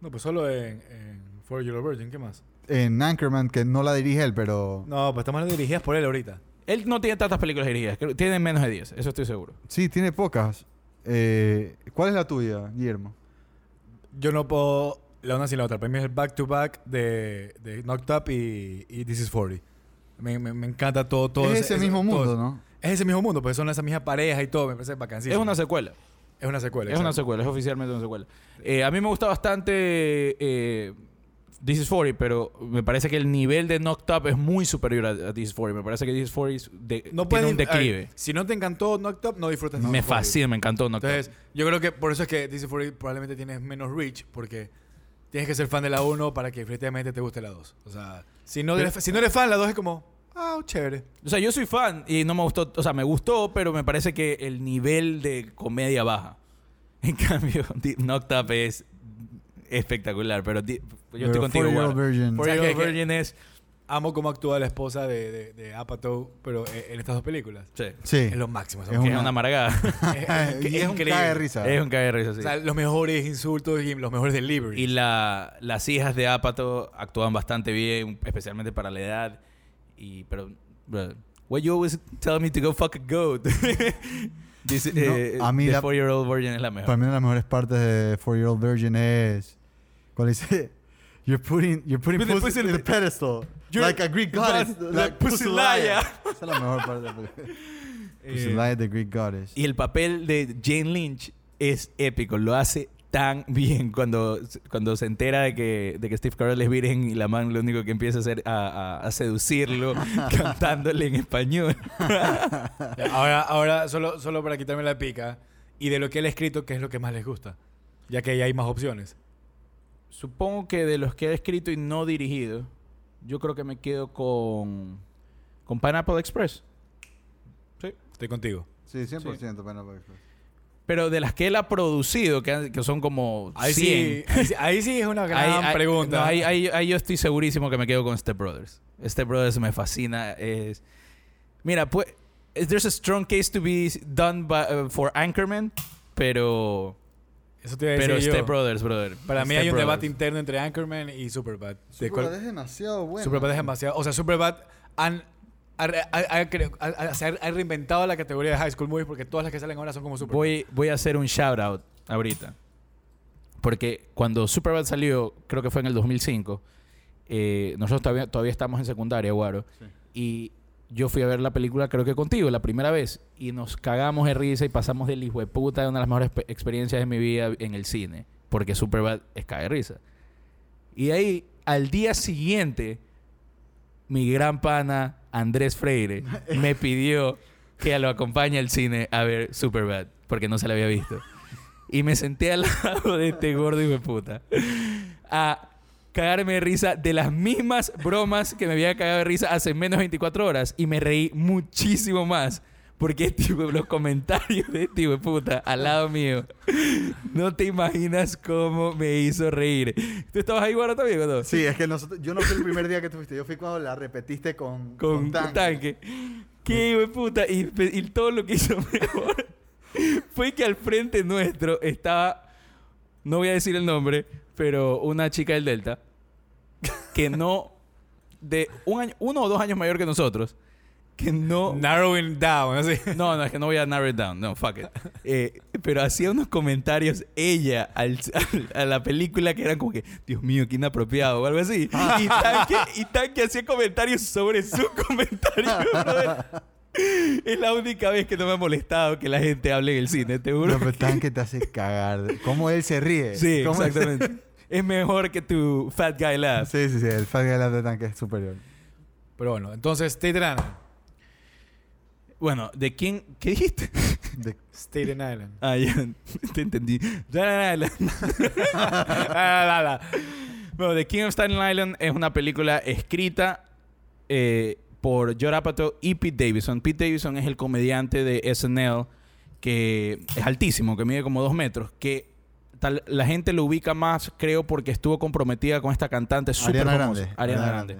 [SPEAKER 3] No, pues solo en, en For Your Virgin, ¿qué más?
[SPEAKER 1] en Anchorman, que no la dirige él, pero
[SPEAKER 3] No, pues estamos hablando de dirigidas por él ahorita.
[SPEAKER 2] Él no tiene tantas películas dirigidas. creo- Tiene menos de 10, eso estoy seguro.
[SPEAKER 1] sí, tiene pocas. Eh, ¿Cuál es la tuya, Guillermo?
[SPEAKER 3] Yo no puedo la una sin la otra. Para mí es el back to back de, de Knocked Up y, y This is 40. Me, me- me encanta todo, todo
[SPEAKER 1] es ese,
[SPEAKER 3] eso-
[SPEAKER 1] mismo mundo,
[SPEAKER 3] todo.
[SPEAKER 1] ¿no?
[SPEAKER 3] Es ese mismo mundo, porque son esa misma pareja y todo. Me parece
[SPEAKER 2] es
[SPEAKER 3] bacancísimo.
[SPEAKER 2] una secuela.
[SPEAKER 3] es una secuela.
[SPEAKER 2] Es una
[SPEAKER 3] exacto.
[SPEAKER 2] secuela, es oficialmente una secuela. Eh, a mí me gusta bastante eh, This is 40, pero me parece que el nivel de Knocked Up es muy superior a, a This is 40. Me parece que This is 40 es de- tiene
[SPEAKER 3] No puedes,
[SPEAKER 2] un
[SPEAKER 3] a ver,
[SPEAKER 2] declive.
[SPEAKER 3] si no te encantó Knocked Up, no disfrutas de
[SPEAKER 2] me
[SPEAKER 3] 40.
[SPEAKER 2] fascina, me encantó Knocked
[SPEAKER 3] Entonces,
[SPEAKER 2] Up.
[SPEAKER 3] yo creo que por eso es que This is 40 probablemente tienes menos reach, porque tienes que ser fan de la 1 para que efectivamente te guste la 2. O sea, si no,
[SPEAKER 2] Pero-
[SPEAKER 3] eres, si no eres fan, la 2 es como, ah, chévere.
[SPEAKER 2] O sea, yo soy fan y no me gustó, o sea, me gustó, pero me parece que el nivel de comedia baja. En cambio, Deep Knocked Up es espectacular, pero di- yo estoy
[SPEAKER 1] Pero
[SPEAKER 2] contigo.
[SPEAKER 1] Four Year Old
[SPEAKER 2] Warner.
[SPEAKER 1] Virgin.
[SPEAKER 2] Four
[SPEAKER 3] ¿Sabes
[SPEAKER 2] Year Old
[SPEAKER 3] qué? Que-
[SPEAKER 2] Virgin es...
[SPEAKER 3] Amo cómo actúa la esposa de, de, de Apatow, pero eh, en, en estas dos películas.
[SPEAKER 2] Sí.
[SPEAKER 1] Sí.
[SPEAKER 3] Es lo máximo. esa
[SPEAKER 1] Es
[SPEAKER 2] Que
[SPEAKER 3] mujer.
[SPEAKER 2] es
[SPEAKER 1] una-
[SPEAKER 2] una amargada.
[SPEAKER 1] Y es un
[SPEAKER 2] increíble.
[SPEAKER 1] caga de risa.
[SPEAKER 2] Es un caga de risa, sí.
[SPEAKER 3] O sea, los mejores insultos y los mejores deliveries.
[SPEAKER 2] Y la- las hijas de Apato actúan bastante bien, especialmente para la edad. Y, pero, bro, why you always tell me to go fuck a goat? Dice,
[SPEAKER 1] No,
[SPEAKER 2] eh,
[SPEAKER 1] a mí
[SPEAKER 2] the
[SPEAKER 1] la-
[SPEAKER 2] four year old virgin es la mejor.
[SPEAKER 1] Para mí una de las mejores partes de Four Year Old Virgin es cuando dice You're putting, you're putting
[SPEAKER 2] Put the
[SPEAKER 1] pussy,
[SPEAKER 2] pussy
[SPEAKER 1] in
[SPEAKER 2] in
[SPEAKER 1] a
[SPEAKER 2] the-
[SPEAKER 1] pedestal
[SPEAKER 2] You're-
[SPEAKER 1] like a Greek goddess,
[SPEAKER 2] God-
[SPEAKER 1] like
[SPEAKER 2] like Pusilaya.
[SPEAKER 1] Pusilaya. Esa es la mejor parte de la película. Pusilaya, the Greek goddess.
[SPEAKER 2] Eh, Y el papel de Jane Lynch es épico. Lo hace tan bien cuando, cuando se entera de que, de que Steve Carell es virgen y la man lo único que empieza a hacer a, a- a seducirlo cantándole en español.
[SPEAKER 3] Ya, Ahora, ahora solo, solo para quitarme la pica. Y de lo que él ha escrito, ¿qué es lo que más les gusta? Ya que ahí hay más opciones.
[SPEAKER 2] Supongo que de los que he escrito y no dirigido, yo creo que me quedo con, con Pineapple Express.
[SPEAKER 3] Estoy contigo.
[SPEAKER 1] Sí, 100% Pineapple Express.
[SPEAKER 2] Pero de las que él ha producido, que, han- que son como
[SPEAKER 3] Ahí
[SPEAKER 2] 100.
[SPEAKER 3] sí, ahí sí- ahí sí es una gran
[SPEAKER 2] ahí- ahí-
[SPEAKER 3] pregunta.
[SPEAKER 2] no, ahí, ahí- ahí yo estoy segurísimo que me quedo con Step Brothers. Step Brothers me fascina. Es... Mira, pues, there's a strong case to be done by- uh, for Anchorman, pero,
[SPEAKER 3] Eso te iba a decir
[SPEAKER 2] pero
[SPEAKER 3] yo.
[SPEAKER 1] este
[SPEAKER 2] Step Brothers, brother.
[SPEAKER 3] Para mí
[SPEAKER 2] Step
[SPEAKER 3] hay un
[SPEAKER 2] Brothers.
[SPEAKER 3] debate interno entre Anchorman y Superbad. De cuál-
[SPEAKER 1] Superbad es demasiado bueno.
[SPEAKER 3] Superbad es demasiado... O sea, Superbad han... ha re- ha- ha cre- ha- ha- se ha- ha reinventado la categoría de High School Movies porque todas las que salen ahora son como Superbad.
[SPEAKER 2] Voy, voy a hacer un shout out ahorita. Porque cuando Superbad salió, creo que fue en el 2005, eh, nosotros todavía, todavía estamos en secundaria, Guaro. Y yo fui a ver la película, creo que contigo, la primera vez. Y nos cagamos de risa y pasamos del hijo de puta de una de las mejores pe- experiencias de mi vida en el cine. Porque Superbad es caga de risa. Y de ahí, al día siguiente, mi gran pana Andrés Freire me pidió que lo acompañe al cine a ver Superbad, porque no se la había visto. Y me senté al lado de este gordo hijo de puta a cagarme de risa de las mismas bromas que me había cagado de risa hace menos de 24 horas y me reí muchísimo más. Porque este hijo de- los comentarios de este hijo de puta al lado mío, no te imaginas cómo me hizo reír. ¿Tú estabas ahí, Guaro, también o no?
[SPEAKER 1] Sí, es que nosotros, yo no fui el primer día que tú fuiste, yo fui cuando la repetiste con,
[SPEAKER 2] con un
[SPEAKER 1] Tank.
[SPEAKER 2] tanque. Qué hijo de puta. Y, pe- y todo lo que hizo mejor fue que al frente nuestro estaba, no voy a decir el nombre, pero una chica del Delta que no, de un año, uno o dos años mayor que nosotros, que no...
[SPEAKER 3] Narrowing down, así.
[SPEAKER 2] No, no, es que no voy a narrow it down. No, fuck it. Eh, pero hacía unos comentarios ella al- al- a la película que eran como que, Dios mío, qué inapropiado o algo así. Y Tanque, y Tanque hacía comentarios sobre su comentario, brother. Es la única vez que no me ha molestado que la gente hable en el cine, te juro.
[SPEAKER 1] No, pero Tank que te hace cagar. ¿Cómo él se ríe?
[SPEAKER 2] sí,
[SPEAKER 1] ¿Cómo él se-
[SPEAKER 2] exactamente. Es mejor que tu fat guy laugh.
[SPEAKER 1] Sí, sí, sí. El fan de la Tank es superior.
[SPEAKER 3] Pero bueno, entonces, Staten Island.
[SPEAKER 2] Bueno, ¿de quién? ¿Qué dijiste?
[SPEAKER 1] De-
[SPEAKER 3] Staten Island.
[SPEAKER 2] Ah, ya, te entendí. Ya, ya, ya, ya.
[SPEAKER 3] La, la, la.
[SPEAKER 2] Bueno, The King of Staten Island es una película escrita eh, por Judd Apatow y Pete Davidson. Pete Davidson es el comediante de SNL que es altísimo, que mide como dos metros, que tal- la gente lo ubica más, creo, porque estuvo comprometida con esta cantante súper
[SPEAKER 1] Ariana
[SPEAKER 2] famosa.
[SPEAKER 1] Grande.
[SPEAKER 2] Ariana, Grande.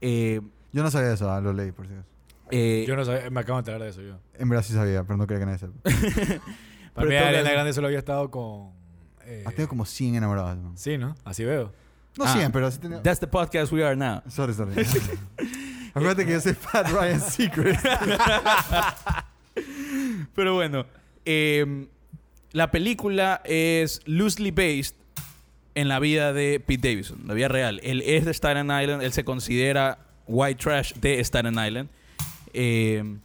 [SPEAKER 2] Eh,
[SPEAKER 1] Yo no sabía eso, ah, lo leí, por cierto.
[SPEAKER 2] eh,
[SPEAKER 3] Yo no sabía, me acabo de enterar de eso yo.
[SPEAKER 1] En verdad sí sabía, pero no quería que nadie sepa.
[SPEAKER 3] Para
[SPEAKER 2] Pero
[SPEAKER 3] mí
[SPEAKER 2] tú
[SPEAKER 3] Ariana
[SPEAKER 2] hablas-
[SPEAKER 3] Grande solo había estado con... eh,
[SPEAKER 1] Has tenido Ah, como 100 enamoradas. No,
[SPEAKER 3] Sí, ¿no? Así veo.
[SPEAKER 1] no
[SPEAKER 2] Ah.
[SPEAKER 1] 100, pero sí tenía...
[SPEAKER 2] That's the podcast we are now.
[SPEAKER 1] Sorry, sorry. Acuérdate que yo soy Pat Ryan Secret.
[SPEAKER 2] Pero bueno, eh, la película es loosely based en la vida de Pete Davidson, la vida real. Él es de Staten Island, él se considera white trash de Staten Island. Eh,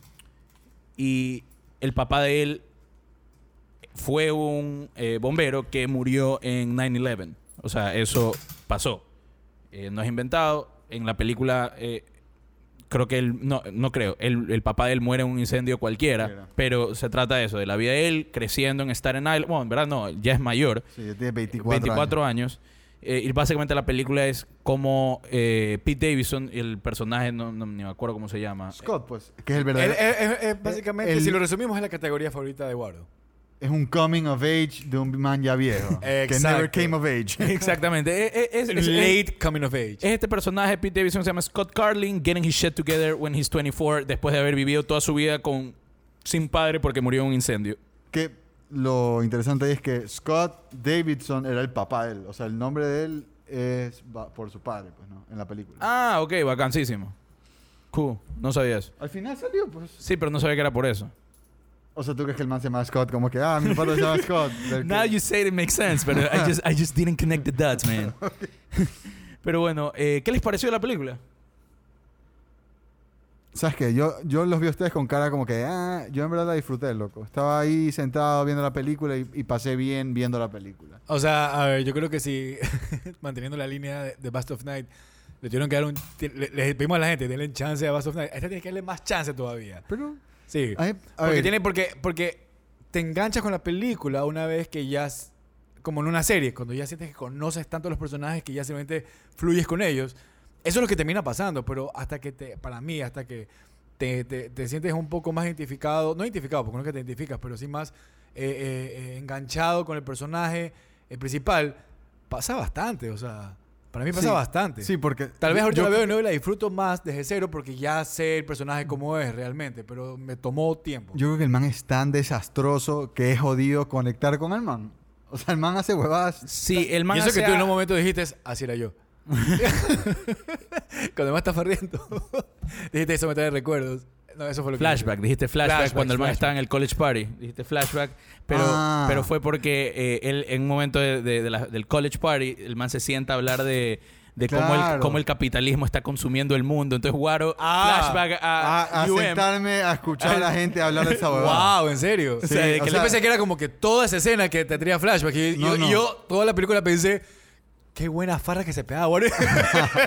[SPEAKER 2] y el papá de él fue un eh, bombero que murió en 9-11. O sea, eso pasó. Eh, no es inventado. En la película, eh, creo que él, no, no creo, el, el papá de él muere en un incendio cualquiera,
[SPEAKER 1] Cualquiera.
[SPEAKER 2] pero se trata de eso, de la vida de él creciendo en Staten Island. Bueno, en verdad no, ya es mayor.
[SPEAKER 1] Sí, yo tenía 24,
[SPEAKER 2] 24
[SPEAKER 1] años.
[SPEAKER 2] años. Eh, y básicamente la película es como eh, Pete Davidson, el personaje, no, no- ni me acuerdo cómo se llama.
[SPEAKER 1] Scott, pues, que es el
[SPEAKER 3] Él-
[SPEAKER 1] verdadero...
[SPEAKER 3] él- él- él- básicamente,
[SPEAKER 1] el-
[SPEAKER 3] si lo resumimos, es la categoría favorita de Waro.
[SPEAKER 1] es un coming of age de un man ya viejo. que
[SPEAKER 3] Exacto.
[SPEAKER 1] never came of age.
[SPEAKER 2] Exactamente. Es- es- es- es-
[SPEAKER 3] Late coming of age.
[SPEAKER 2] Es este personaje, Pete Davidson, se llama Scott Carlin, getting his shit together when he's 24, después de haber vivido toda su vida con sin padre porque murió en un incendio.
[SPEAKER 1] que lo interesante ahí es que Scott Davidson era el papá de él. O sea, el nombre de él es va- por su padre, pues, ¿no? En la película.
[SPEAKER 2] Ah, ok, vacancísimo. Cool, no sabía eso.
[SPEAKER 1] Al final salió, pues.
[SPEAKER 2] Sí, pero no sabía que era por eso.
[SPEAKER 1] O sea, tú crees que el man se llama Scott, como que, ah, mi padre se llama Scott. Del
[SPEAKER 2] Now
[SPEAKER 1] que-
[SPEAKER 2] you say it makes sense, but I just, I just didn't connect the dots, man. pero bueno, eh, ¿qué les pareció la película?
[SPEAKER 1] ¿Sabes qué? Yo, yo los vi a ustedes con cara como que, ah, yo en verdad la disfruté, loco. Estaba ahí sentado viendo la película y, y pasé bien viendo la película.
[SPEAKER 3] O sea, a ver, yo creo que si manteniendo la línea de, de Bast of Night, le tuvieron que dar un. ti- Le, le pedimos a la gente, denle chance a Bast of Night. A esta tiene que darle más chance todavía.
[SPEAKER 1] Pero,
[SPEAKER 3] Sí.
[SPEAKER 1] a, mí- a
[SPEAKER 3] porque,
[SPEAKER 1] ver,
[SPEAKER 3] tiene, porque, porque te enganchas con la película una vez que ya. s- Como en una serie, cuando ya sientes que conoces tanto a los personajes que ya simplemente fluyes con ellos. Eso es lo que termina pasando, pero hasta que te. Para mí, hasta que te, te- te sientes un poco más identificado. No identificado, porque no es que te identificas, pero sí más eh, eh, eh, enganchado con el personaje eh, principal. Pasa bastante, o sea. Para mí pasa
[SPEAKER 1] Sí.
[SPEAKER 3] bastante.
[SPEAKER 1] Sí, porque...
[SPEAKER 3] Tal vez ahorita
[SPEAKER 1] yo-
[SPEAKER 3] la veo y no la disfruto más desde cero porque ya sé el personaje como es realmente, pero me tomó tiempo.
[SPEAKER 1] Yo creo que el man es tan desastroso que es jodido conectar con el man. O sea, el man hace huevadas
[SPEAKER 2] Sí, el man
[SPEAKER 3] y eso
[SPEAKER 2] hace
[SPEAKER 3] que tú en
[SPEAKER 2] a-
[SPEAKER 3] un momento dijiste, así era yo. Cuando más estás farriendo, dijiste, eso me trae recuerdos. No, eso fue lo que
[SPEAKER 2] Flashback, dijiste flashback,
[SPEAKER 3] Flashback,
[SPEAKER 2] cuando el man
[SPEAKER 3] flashback.
[SPEAKER 2] estaba en el college party. Dijiste flashback, pero,
[SPEAKER 1] Ah.
[SPEAKER 2] pero fue porque eh, él en un momento de- de- de la- del college party, el man se sienta a hablar de, de cómo, el,
[SPEAKER 1] Claro.
[SPEAKER 2] cómo el capitalismo está consumiendo el mundo. Entonces jugaron
[SPEAKER 3] Ah.
[SPEAKER 2] flashback
[SPEAKER 1] a,
[SPEAKER 2] a,
[SPEAKER 1] a
[SPEAKER 2] UM.
[SPEAKER 1] sentarme a escuchar a la gente hablar de esa
[SPEAKER 3] dijiste.
[SPEAKER 1] huevada.
[SPEAKER 3] Wow, ¿en serio?
[SPEAKER 1] Sí,
[SPEAKER 3] o sea, de
[SPEAKER 1] o
[SPEAKER 3] que yo
[SPEAKER 1] sea-
[SPEAKER 3] pensé que era como que toda esa escena que te traía flashback. Y, y
[SPEAKER 1] No,
[SPEAKER 3] yo, y
[SPEAKER 1] no.
[SPEAKER 3] yo toda la película pensé, qué buena farra que se pegaba, güey.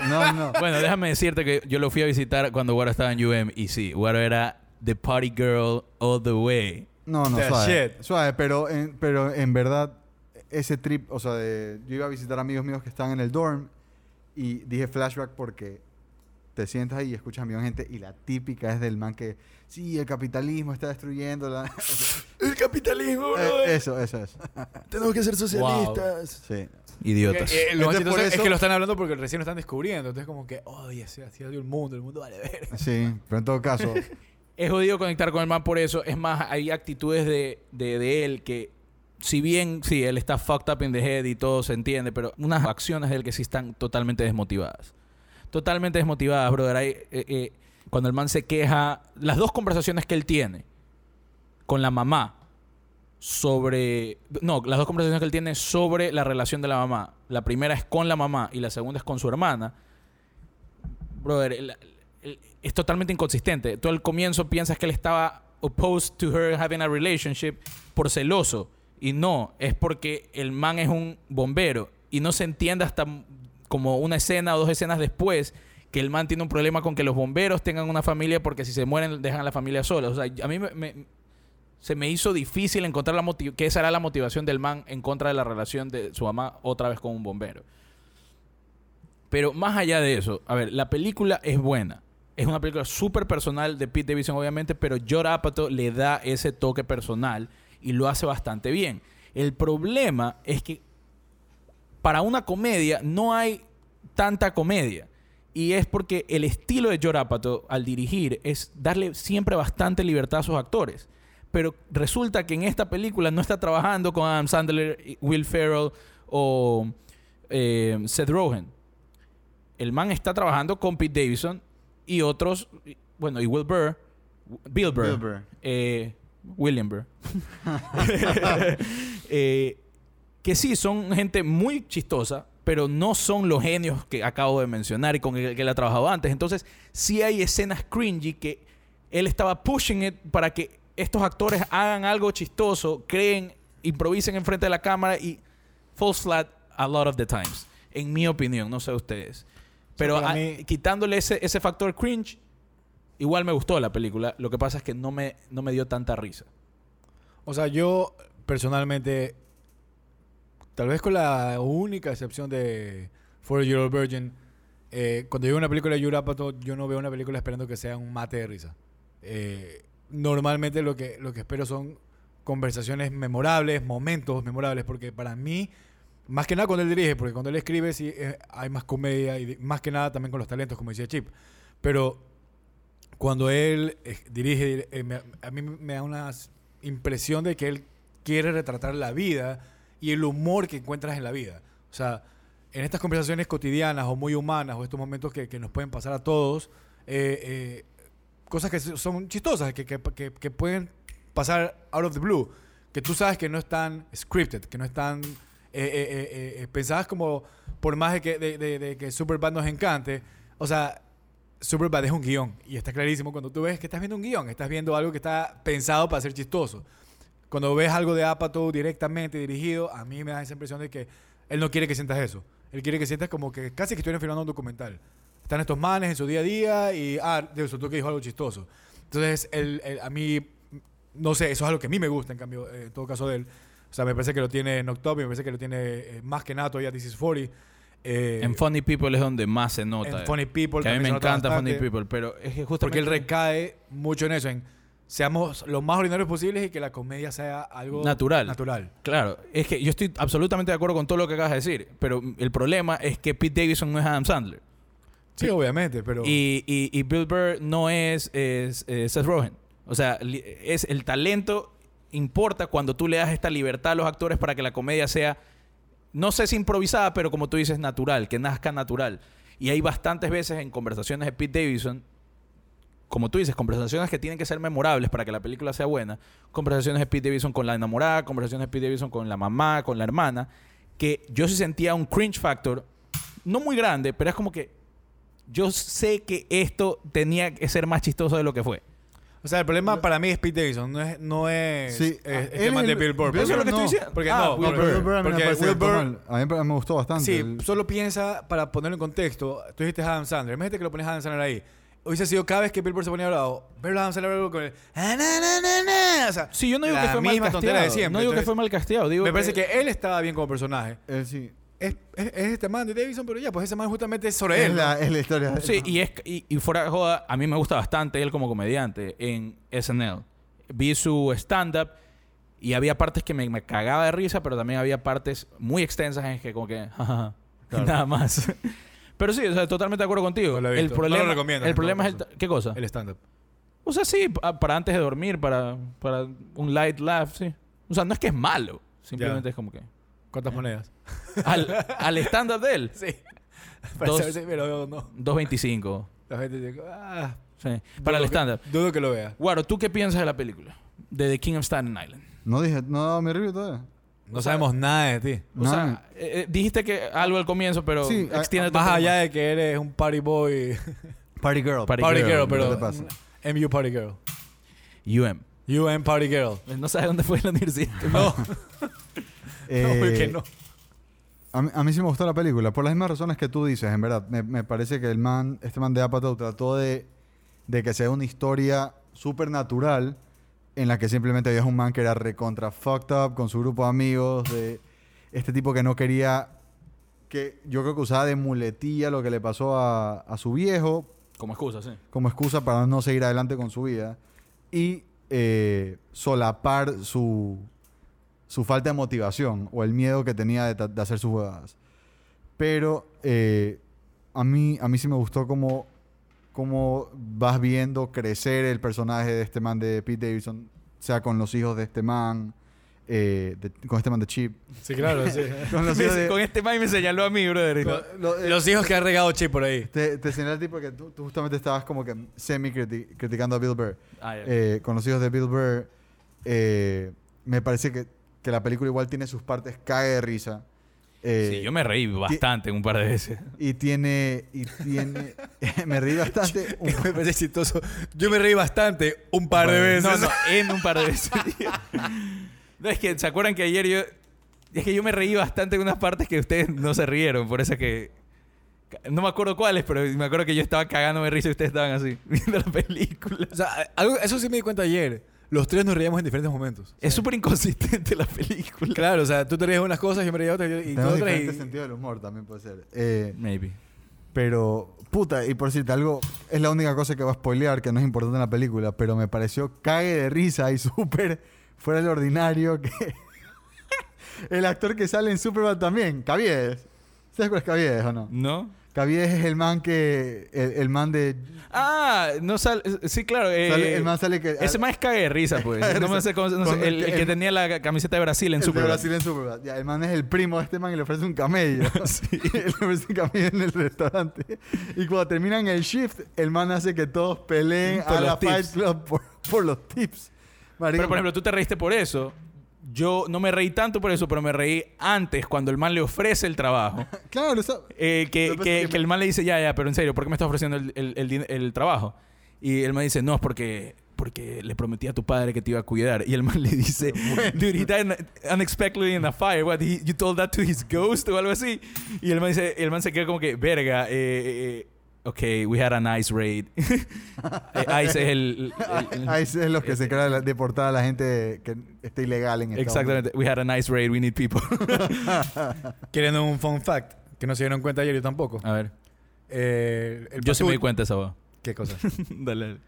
[SPEAKER 1] no, no.
[SPEAKER 2] Bueno, déjame decirte que yo lo fui a visitar cuando Guaro estaba en UM y sí, Guaro era the party girl all the way.
[SPEAKER 1] No, no,
[SPEAKER 3] The
[SPEAKER 1] suave.
[SPEAKER 3] shit.
[SPEAKER 1] Suave, pero en, pero en verdad, ese trip, o sea, de- yo iba a visitar amigos míos que estaban en el dorm y dije flashback porque te sientas ahí y escuchas a mi gente y la típica es del man que, sí, el capitalismo está destruyendo la...
[SPEAKER 3] el capitalismo,
[SPEAKER 1] Eh, eso, eso, eso.
[SPEAKER 3] Tenemos que ser
[SPEAKER 2] socialistas.
[SPEAKER 1] Sí.
[SPEAKER 2] Idiotas.
[SPEAKER 3] Eh, eh, lo más
[SPEAKER 1] Entonces,
[SPEAKER 3] chistoso
[SPEAKER 1] por
[SPEAKER 3] es- es
[SPEAKER 1] eso-
[SPEAKER 3] que lo están hablando porque recién lo están descubriendo. Entonces, como que, oye, así así ha sido el mundo, el mundo vale ver.
[SPEAKER 1] Sí, pero en todo caso,
[SPEAKER 2] Es jodido conectar con el man por eso. Es más, hay actitudes de, de, de él que, si bien, sí, él está fucked up in the head y todo se entiende, pero unas acciones de él que sí están totalmente desmotivadas. Totalmente desmotivadas, brother. Hay, eh, eh, cuando el man se queja, las dos conversaciones que él tiene con la mamá sobre. No, las dos conversaciones que él tiene sobre la relación de la mamá. La primera es con la mamá y la segunda es con su hermana. Brother, el- el- es totalmente inconsistente. Tú al comienzo piensas que él estaba opposed to her having a relationship por celoso. Y no, es porque el man es un bombero. Y no se entiende hasta m- como una escena o dos escenas después que el man tiene un problema con que los bomberos tengan una familia porque si se mueren dejan a la familia sola. O sea, a mí me- me, se me hizo difícil encontrar la motiv- que esa era la motivación del man en contra de la relación de su mamá otra vez con un bombero. Pero más allá de eso, a ver, la película es buena. Es una película súper personal de Pete Davidson, obviamente, pero George Apatow le da ese toque personal y lo hace bastante bien. El problema es que para una comedia no hay tanta comedia. Y es porque el estilo de George Apatow al dirigir es darle siempre bastante libertad a sus actores. Pero resulta que en esta película no está trabajando con Adam Sandler, Will Ferrell o eh, Seth Rogen. El man está trabajando con Pete Davidson y otros, bueno, y Will Burr, Bill Burr,
[SPEAKER 1] Bill Burr.
[SPEAKER 2] eh, William Burr. Eh, que sí, son gente muy chistosa, pero no son los genios que acabo de mencionar y con el que él ha trabajado antes. Entonces, sí hay escenas cringy que él estaba pushing it para que estos actores hagan algo chistoso, creen, improvisen enfrente de la cámara y falls flat a lot of the times. En mi opinión, no sé ustedes. Pero
[SPEAKER 3] para
[SPEAKER 2] a-
[SPEAKER 3] mí-
[SPEAKER 2] quitándole ese, ese factor cringe, igual me gustó la película. Lo que pasa es que no me, no me dio tanta risa.
[SPEAKER 3] O sea, yo personalmente, tal vez con la única excepción de For Your Old Virgin, eh, cuando yo veo una película de Yurapato, yo no veo una película esperando que sea un mate de risa. Eh, normalmente lo que, lo que espero son conversaciones memorables, momentos memorables, porque para mí, más que nada cuando él dirige, porque cuando él escribe sí eh, hay más comedia y de- más que nada también con los talentos, como decía Chip. Pero cuando él eh, dirige, eh, me- a mí me da una s- impresión de que él quiere retratar la vida y el humor que encuentras en la vida. O sea, en estas conversaciones cotidianas o muy humanas o estos momentos que, que nos pueden pasar a todos, eh, eh, cosas que son chistosas, que, que- que- que pueden pasar out of the blue, que tú sabes que no están scripted, que no están eh, eh, eh, eh, eh, pensadas como por más de que, de, de- de que Superbad nos encante. O sea, Superbad es un guión y está clarísimo cuando tú ves que estás viendo un guión, estás viendo algo que está pensado para ser chistoso. Cuando ves algo de Apatow directamente dirigido, a mí me da esa impresión de que él no quiere que sientas eso. Él quiere que sientas como que casi que estuvieran filmando un documental. Están estos manes en su día a día y, ah, de resultó que dijo algo chistoso. Entonces, él- él- a mí, no sé, eso es algo que a mí me gusta, en cambio, eh, en todo caso de él. O sea, me parece que lo tiene en Octopia, me parece que lo tiene eh, más que nada todavía This is 40. eh,
[SPEAKER 2] En Funny People es donde más se nota.
[SPEAKER 3] en
[SPEAKER 2] eh.
[SPEAKER 3] Funny People.
[SPEAKER 2] Que a mí
[SPEAKER 3] también
[SPEAKER 2] me
[SPEAKER 3] se nota
[SPEAKER 2] encanta Funny
[SPEAKER 3] bastante.
[SPEAKER 2] People, pero es que justamente...
[SPEAKER 3] Porque él recae mucho en eso, en seamos los más ordinarios posibles y que la comedia sea algo
[SPEAKER 2] Natural.
[SPEAKER 3] natural.
[SPEAKER 2] Claro, es que yo estoy absolutamente de acuerdo con todo lo que acabas de decir, pero el problema es que Pete Davidson no es Adam Sandler.
[SPEAKER 3] Sí, obviamente, pero
[SPEAKER 2] Y, y- y Bill Burr no es, es, eh, Seth Rogen. O sea, li- es el talento importa cuando tú le das esta libertad a los actores para que la comedia sea, no sé si improvisada, pero como tú dices, natural, que nazca natural. Y hay bastantes veces en conversaciones de Pete Davidson, como tú dices, conversaciones que tienen que ser memorables para que la película sea buena. Conversaciones de Pete Davidson con la enamorada, conversaciones de Pete Davidson con la mamá, con la hermana, que yo sí sentía un cringe factor, no muy grande, pero es como que yo sé que esto tenía que ser más chistoso de lo que fue.
[SPEAKER 3] o sea, el problema para mí es Pete Davidson, no es no es,
[SPEAKER 1] Sí,
[SPEAKER 3] es- es
[SPEAKER 1] él
[SPEAKER 3] tema
[SPEAKER 1] es
[SPEAKER 3] de
[SPEAKER 1] el-
[SPEAKER 3] Bill Burr.
[SPEAKER 1] Bill Burr
[SPEAKER 3] porque-
[SPEAKER 1] no.
[SPEAKER 3] Porque
[SPEAKER 2] Ah,
[SPEAKER 3] no,
[SPEAKER 2] Will
[SPEAKER 1] No, pero
[SPEAKER 2] Burr.
[SPEAKER 1] Bill Burr a mí me
[SPEAKER 3] Porque
[SPEAKER 1] parece que
[SPEAKER 3] Will
[SPEAKER 1] actuó
[SPEAKER 3] Burr-
[SPEAKER 1] mal. A mí me gustó bastante.
[SPEAKER 3] Sí,
[SPEAKER 1] El-
[SPEAKER 3] solo piensa para ponerlo en contexto. Tú dijiste Adam Sandler. Imagínate que lo pones a Adam Sandler ahí. Hubiese sido cada vez que Bill Burr se ponía bravo, verlo a Adam Sandler bravo con el. "Ah, na, na, na, na", O sea,
[SPEAKER 2] Sí, yo no digo
[SPEAKER 3] la
[SPEAKER 2] que fue mal
[SPEAKER 3] misma tontera
[SPEAKER 2] casteado.
[SPEAKER 3] de siempre.
[SPEAKER 2] no digo que fue
[SPEAKER 3] Entonces,
[SPEAKER 2] mal casteado. Digo
[SPEAKER 3] Me parece que él estaba bien como personaje.
[SPEAKER 1] él sí.
[SPEAKER 3] Es, es- es este man de Davidson, pero ya, pues ese man justamente es sobre
[SPEAKER 1] Es
[SPEAKER 3] él.
[SPEAKER 1] la, es la historia.
[SPEAKER 2] Sí, y, es, y, y fuera de joda, a mí me gusta bastante él como comediante en SNL. Vi su stand-up y había partes que me, me cagaba de risa, pero también había partes muy extensas en que como que... "Ja, ja, ja", Nada más. pero sí, o sea, totalmente de acuerdo contigo.
[SPEAKER 3] No lo he
[SPEAKER 2] el
[SPEAKER 3] visto. No lo
[SPEAKER 2] problema,
[SPEAKER 3] recomiendas,
[SPEAKER 2] el
[SPEAKER 3] en
[SPEAKER 2] problema
[SPEAKER 3] todo
[SPEAKER 2] es el...
[SPEAKER 3] caso.
[SPEAKER 2] ta- ¿Qué cosa?
[SPEAKER 3] El stand-up.
[SPEAKER 2] O sea, sí, pa- para antes de dormir, para, para un light laugh, sí. O sea, no es que es malo. Simplemente
[SPEAKER 3] Ya.
[SPEAKER 2] es como que...
[SPEAKER 3] ¿Cuántas monedas?
[SPEAKER 2] Al, al stand-up de él,
[SPEAKER 3] Sí.
[SPEAKER 2] Dos.
[SPEAKER 3] Dos. Pero no.
[SPEAKER 2] 2.25.
[SPEAKER 3] La gente dice, ah,
[SPEAKER 2] Sí, para el
[SPEAKER 3] dudo que-
[SPEAKER 2] stand-up.
[SPEAKER 3] Dudo que lo vea.
[SPEAKER 2] Guaro, ¿tú qué piensas de la película? De The King of Staten Island.
[SPEAKER 1] No dije, no he dado mi review todavía.
[SPEAKER 3] No sabemos nada de ti.
[SPEAKER 2] O
[SPEAKER 1] No.
[SPEAKER 2] sea, eh, eh, dijiste que algo al comienzo, pero
[SPEAKER 1] Sí, a-
[SPEAKER 2] extiende
[SPEAKER 3] Más allá de que eres un party boy.
[SPEAKER 1] Party Girl.
[SPEAKER 2] Party
[SPEAKER 3] Party
[SPEAKER 2] girl,
[SPEAKER 3] girl,
[SPEAKER 2] ¿qué
[SPEAKER 1] te
[SPEAKER 3] pero.
[SPEAKER 1] pasa?
[SPEAKER 3] MU party girl.
[SPEAKER 2] UM.
[SPEAKER 3] UN party girl.
[SPEAKER 2] Eh, No sabes dónde fue la universidad.
[SPEAKER 3] No,
[SPEAKER 1] Eh,
[SPEAKER 3] no, que no.
[SPEAKER 1] A mí, a mí sí me gustó la película, por las mismas razones que tú dices, en verdad. Me, me parece que el man, este man de Apatow trató de, de que sea una historia supernatural en la que simplemente había un man que era recontra fucked up con su grupo de amigos, de este tipo que no quería, que yo creo que usaba de muletilla lo que le pasó a, a su viejo
[SPEAKER 2] Como excusa, sí.
[SPEAKER 1] como excusa para no seguir adelante con su vida y eh, solapar su, su falta de motivación o el miedo que tenía de, ta- de hacer sus huevadas. Pero eh, a, mí, a mí sí me gustó cómo, cómo vas viendo crecer el personaje de este man de Pete Davidson, sea con los hijos de este man, eh, de- con este man de Chip.
[SPEAKER 3] Sí, claro, sí.
[SPEAKER 1] Con los hijos de-
[SPEAKER 2] Con este man me señaló a mí, brother.
[SPEAKER 1] lo- eh,
[SPEAKER 3] Los hijos que ha regado Chip por ahí.
[SPEAKER 1] te, te señala el tipo que tú, tú justamente estabas como que semi criti- criticando a Bill Burr.
[SPEAKER 2] Ah, ya.
[SPEAKER 1] eh, conocidos de Bill Burr, eh, me parece que, que la película igual tiene sus partes cae de risa. eh,
[SPEAKER 2] sí, yo me reí bastante un par de veces.
[SPEAKER 1] Y tiene. Y tiene me reí bastante. un-
[SPEAKER 3] Me parece chistoso. Yo me reí bastante un par de veces.
[SPEAKER 2] No, no, en un par de veces. no, es que, ¿se acuerdan que ayer yo... Es que yo me reí bastante en unas partes que ustedes no se rieron, por eso es que... No me acuerdo cuáles, pero me acuerdo que yo estaba cagando de risa y ustedes estaban así, viendo la película.
[SPEAKER 3] O sea, algo- eso sí me di cuenta ayer. Los tres nos reíamos en diferentes momentos.
[SPEAKER 2] Es súper inconsistente la película.
[SPEAKER 3] Claro, o sea, tú te ríes de unas cosas, yo me reía de otras yo- y tú
[SPEAKER 1] tenemos
[SPEAKER 3] otras.
[SPEAKER 1] diferentes
[SPEAKER 3] y-
[SPEAKER 1] sentidos del humor también puede ser. Eh,
[SPEAKER 2] Maybe.
[SPEAKER 1] pero, puta, y por decirte algo, es la única cosa que va a spoilear que no es importante en la película, pero me pareció cae de risa y súper fuera del ordinario que el actor que sale en Superman también, Caviedes. ¿Sabes cuál es Caviedes o no?
[SPEAKER 2] ¿No?
[SPEAKER 1] Caviedes es el man que el, el man de
[SPEAKER 2] Ah, no sale. Sí, claro. eh,
[SPEAKER 1] sale- el man sale que ah,
[SPEAKER 2] Ese más es cague de risa, pues.
[SPEAKER 1] Cague de
[SPEAKER 2] No me
[SPEAKER 1] risa.
[SPEAKER 2] sé cómo se- no sé,
[SPEAKER 1] Con-
[SPEAKER 2] el, el que
[SPEAKER 1] el-
[SPEAKER 2] tenía la camiseta de Brasil en
[SPEAKER 1] el de
[SPEAKER 2] Super.
[SPEAKER 1] Brasil en Superman. Ya, el man es el primo de este man y le ofrece un camello. le ofrece un camello en el restaurante. Y cuando terminan el shift, el man hace que todos peleen
[SPEAKER 2] Por
[SPEAKER 1] a
[SPEAKER 2] los
[SPEAKER 1] la
[SPEAKER 2] tips.
[SPEAKER 1] Fight Club por, por los tips. Marico,
[SPEAKER 2] Pero, por ejemplo, tú te reíste por eso. Yo no me reí tanto por eso, pero me reí antes cuando el man le ofrece el trabajo.
[SPEAKER 1] claro, o sea,
[SPEAKER 2] Eh, que,
[SPEAKER 1] Lo que pasa
[SPEAKER 2] que-
[SPEAKER 1] pues, es que-
[SPEAKER 2] que el man le dice, ya, ya, pero en serio, ¿por qué me estás ofreciendo el, el- el din- el trabajo? Y el man dice, no, es porque, porque le prometí a tu padre que te iba a cuidar. Y el man le dice, dude, he died in- unexpectedly in a fire. What, he- you told that to his ghost o algo así. Y el man, dice, el man se queda como que, verga, eh, eh, ok, we had an ice raid. Eh, ice es el... el- el-
[SPEAKER 1] ahí es los que se crean deportar a la gente que está ilegal en Estados
[SPEAKER 2] exactamente, we had an ice raid, we need people.
[SPEAKER 3] Quieren un fun fact que no se dieron cuenta ayer, yo tampoco.
[SPEAKER 1] Ah.
[SPEAKER 2] a ver,
[SPEAKER 3] Eh, el
[SPEAKER 2] yo sí me di
[SPEAKER 3] patucho-
[SPEAKER 2] cuenta esa voz.
[SPEAKER 3] ¿Qué cosa?
[SPEAKER 2] Dale, dale.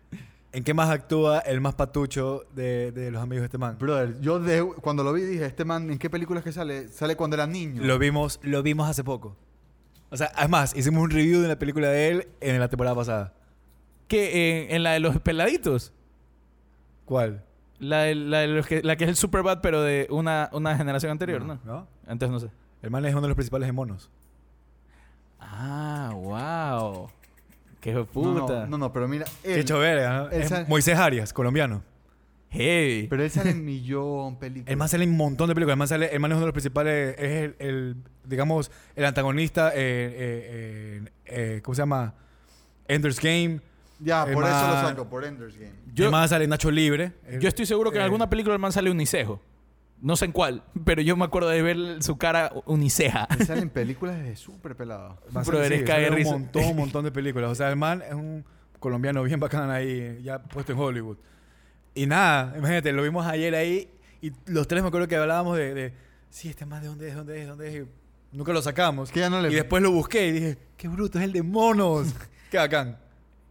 [SPEAKER 3] ¿En qué más actúa el más patucho de, de los amigos de este man?
[SPEAKER 1] Brother, yo de- cuando lo vi dije, este man, ¿en qué películas que sale? Sale cuando era niño.
[SPEAKER 3] Lo vimos, lo vimos hace poco. O sea, además, hicimos un review de la película de él en la temporada pasada.
[SPEAKER 2] Que eh, en la de los peladitos.
[SPEAKER 3] ¿Cuál?
[SPEAKER 2] La, de- la, de los que, la que es el Superbad, pero de una, una generación anterior, ¿no?
[SPEAKER 3] ¿No?
[SPEAKER 2] Antes no sé.
[SPEAKER 3] El man es uno de los principales de monos.
[SPEAKER 2] Ah, wow. Qué hijo de
[SPEAKER 1] no, no,
[SPEAKER 2] puta.
[SPEAKER 1] no, no, pero mira,
[SPEAKER 3] Qué
[SPEAKER 1] él,
[SPEAKER 3] hecho verga, ¿no?
[SPEAKER 1] él
[SPEAKER 3] Es
[SPEAKER 1] sale-
[SPEAKER 3] Moisés Arias, colombiano.
[SPEAKER 2] Heavy.
[SPEAKER 1] pero él sale en millón películas.
[SPEAKER 3] El man sale en un montón de películas. El man, sale, el man es uno de los principales. Es el, el, digamos, el antagonista. eh, eh, eh, eh, ¿Cómo se llama? Ender's Game.
[SPEAKER 1] ya,
[SPEAKER 3] el
[SPEAKER 1] por eso lo
[SPEAKER 3] man-
[SPEAKER 1] saco, por Ender's Game.
[SPEAKER 2] Yo-
[SPEAKER 3] el man sale en Nacho Libre.
[SPEAKER 2] yo estoy seguro que en
[SPEAKER 3] Eh,
[SPEAKER 2] alguna película el man sale unicejo. No sé en cuál, pero yo me acuerdo de ver su cara uniceja.
[SPEAKER 1] Él sale en películas de súper pelado.
[SPEAKER 3] Man
[SPEAKER 2] Brother,
[SPEAKER 3] sale-
[SPEAKER 2] es
[SPEAKER 3] sí,
[SPEAKER 2] caer
[SPEAKER 3] sale en
[SPEAKER 2] risa.
[SPEAKER 3] un montón, un montón de películas. O sea, el man es un colombiano bien bacán ahí, eh, ya puesto en Hollywood. Y nada, imagínate, lo vimos ayer ahí y los tres me acuerdo que hablábamos de, de, sí, este man de dónde es, dónde es, dónde es. y nunca lo sacamos.
[SPEAKER 1] Que ya no le-
[SPEAKER 3] Y después lo busqué y dije, qué bruto, es el de monos. qué bacán.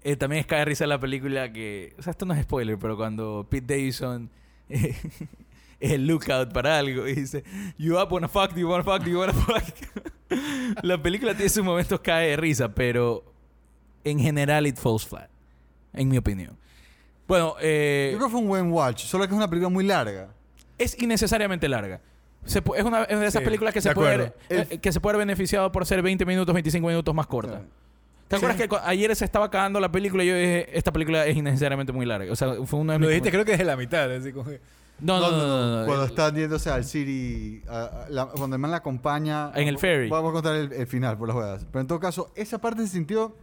[SPEAKER 2] Eh, también es cae de risa la película que. O sea, esto no es spoiler, pero cuando Pete Davidson eh, es el lookout para algo y dice: You up, wanna fuck, you wanna fuck, you wanna fuck. la película tiene sus momentos cae de risa, pero en general it falls flat, en mi opinión. Bueno, eh,
[SPEAKER 1] Yo creo que fue un buen watch, solo que es una película muy larga.
[SPEAKER 2] es innecesariamente larga. Se pu- es una es una de esas
[SPEAKER 3] Sí,
[SPEAKER 2] películas que
[SPEAKER 3] de
[SPEAKER 2] se, puede haber,
[SPEAKER 3] acuerdo.
[SPEAKER 2] eh, que se puede haber beneficiado por ser 20 minutos, 25 minutos más corta. ¿Te acuerdas que cu- ayer se estaba acabando la película y yo dije, esta película es innecesariamente muy larga? O sea, fue uno de mis...
[SPEAKER 3] Lo dijiste creo que es de la mitad. Así como que-
[SPEAKER 2] No, no, no, no, no,
[SPEAKER 1] Cuando
[SPEAKER 2] eh,
[SPEAKER 1] está yéndose al City, a- a- la- cuando el man la acompaña.
[SPEAKER 2] En el ferry.
[SPEAKER 1] Vamos a contar el, el final por las juegas. Pero en todo caso, esa parte se sintió.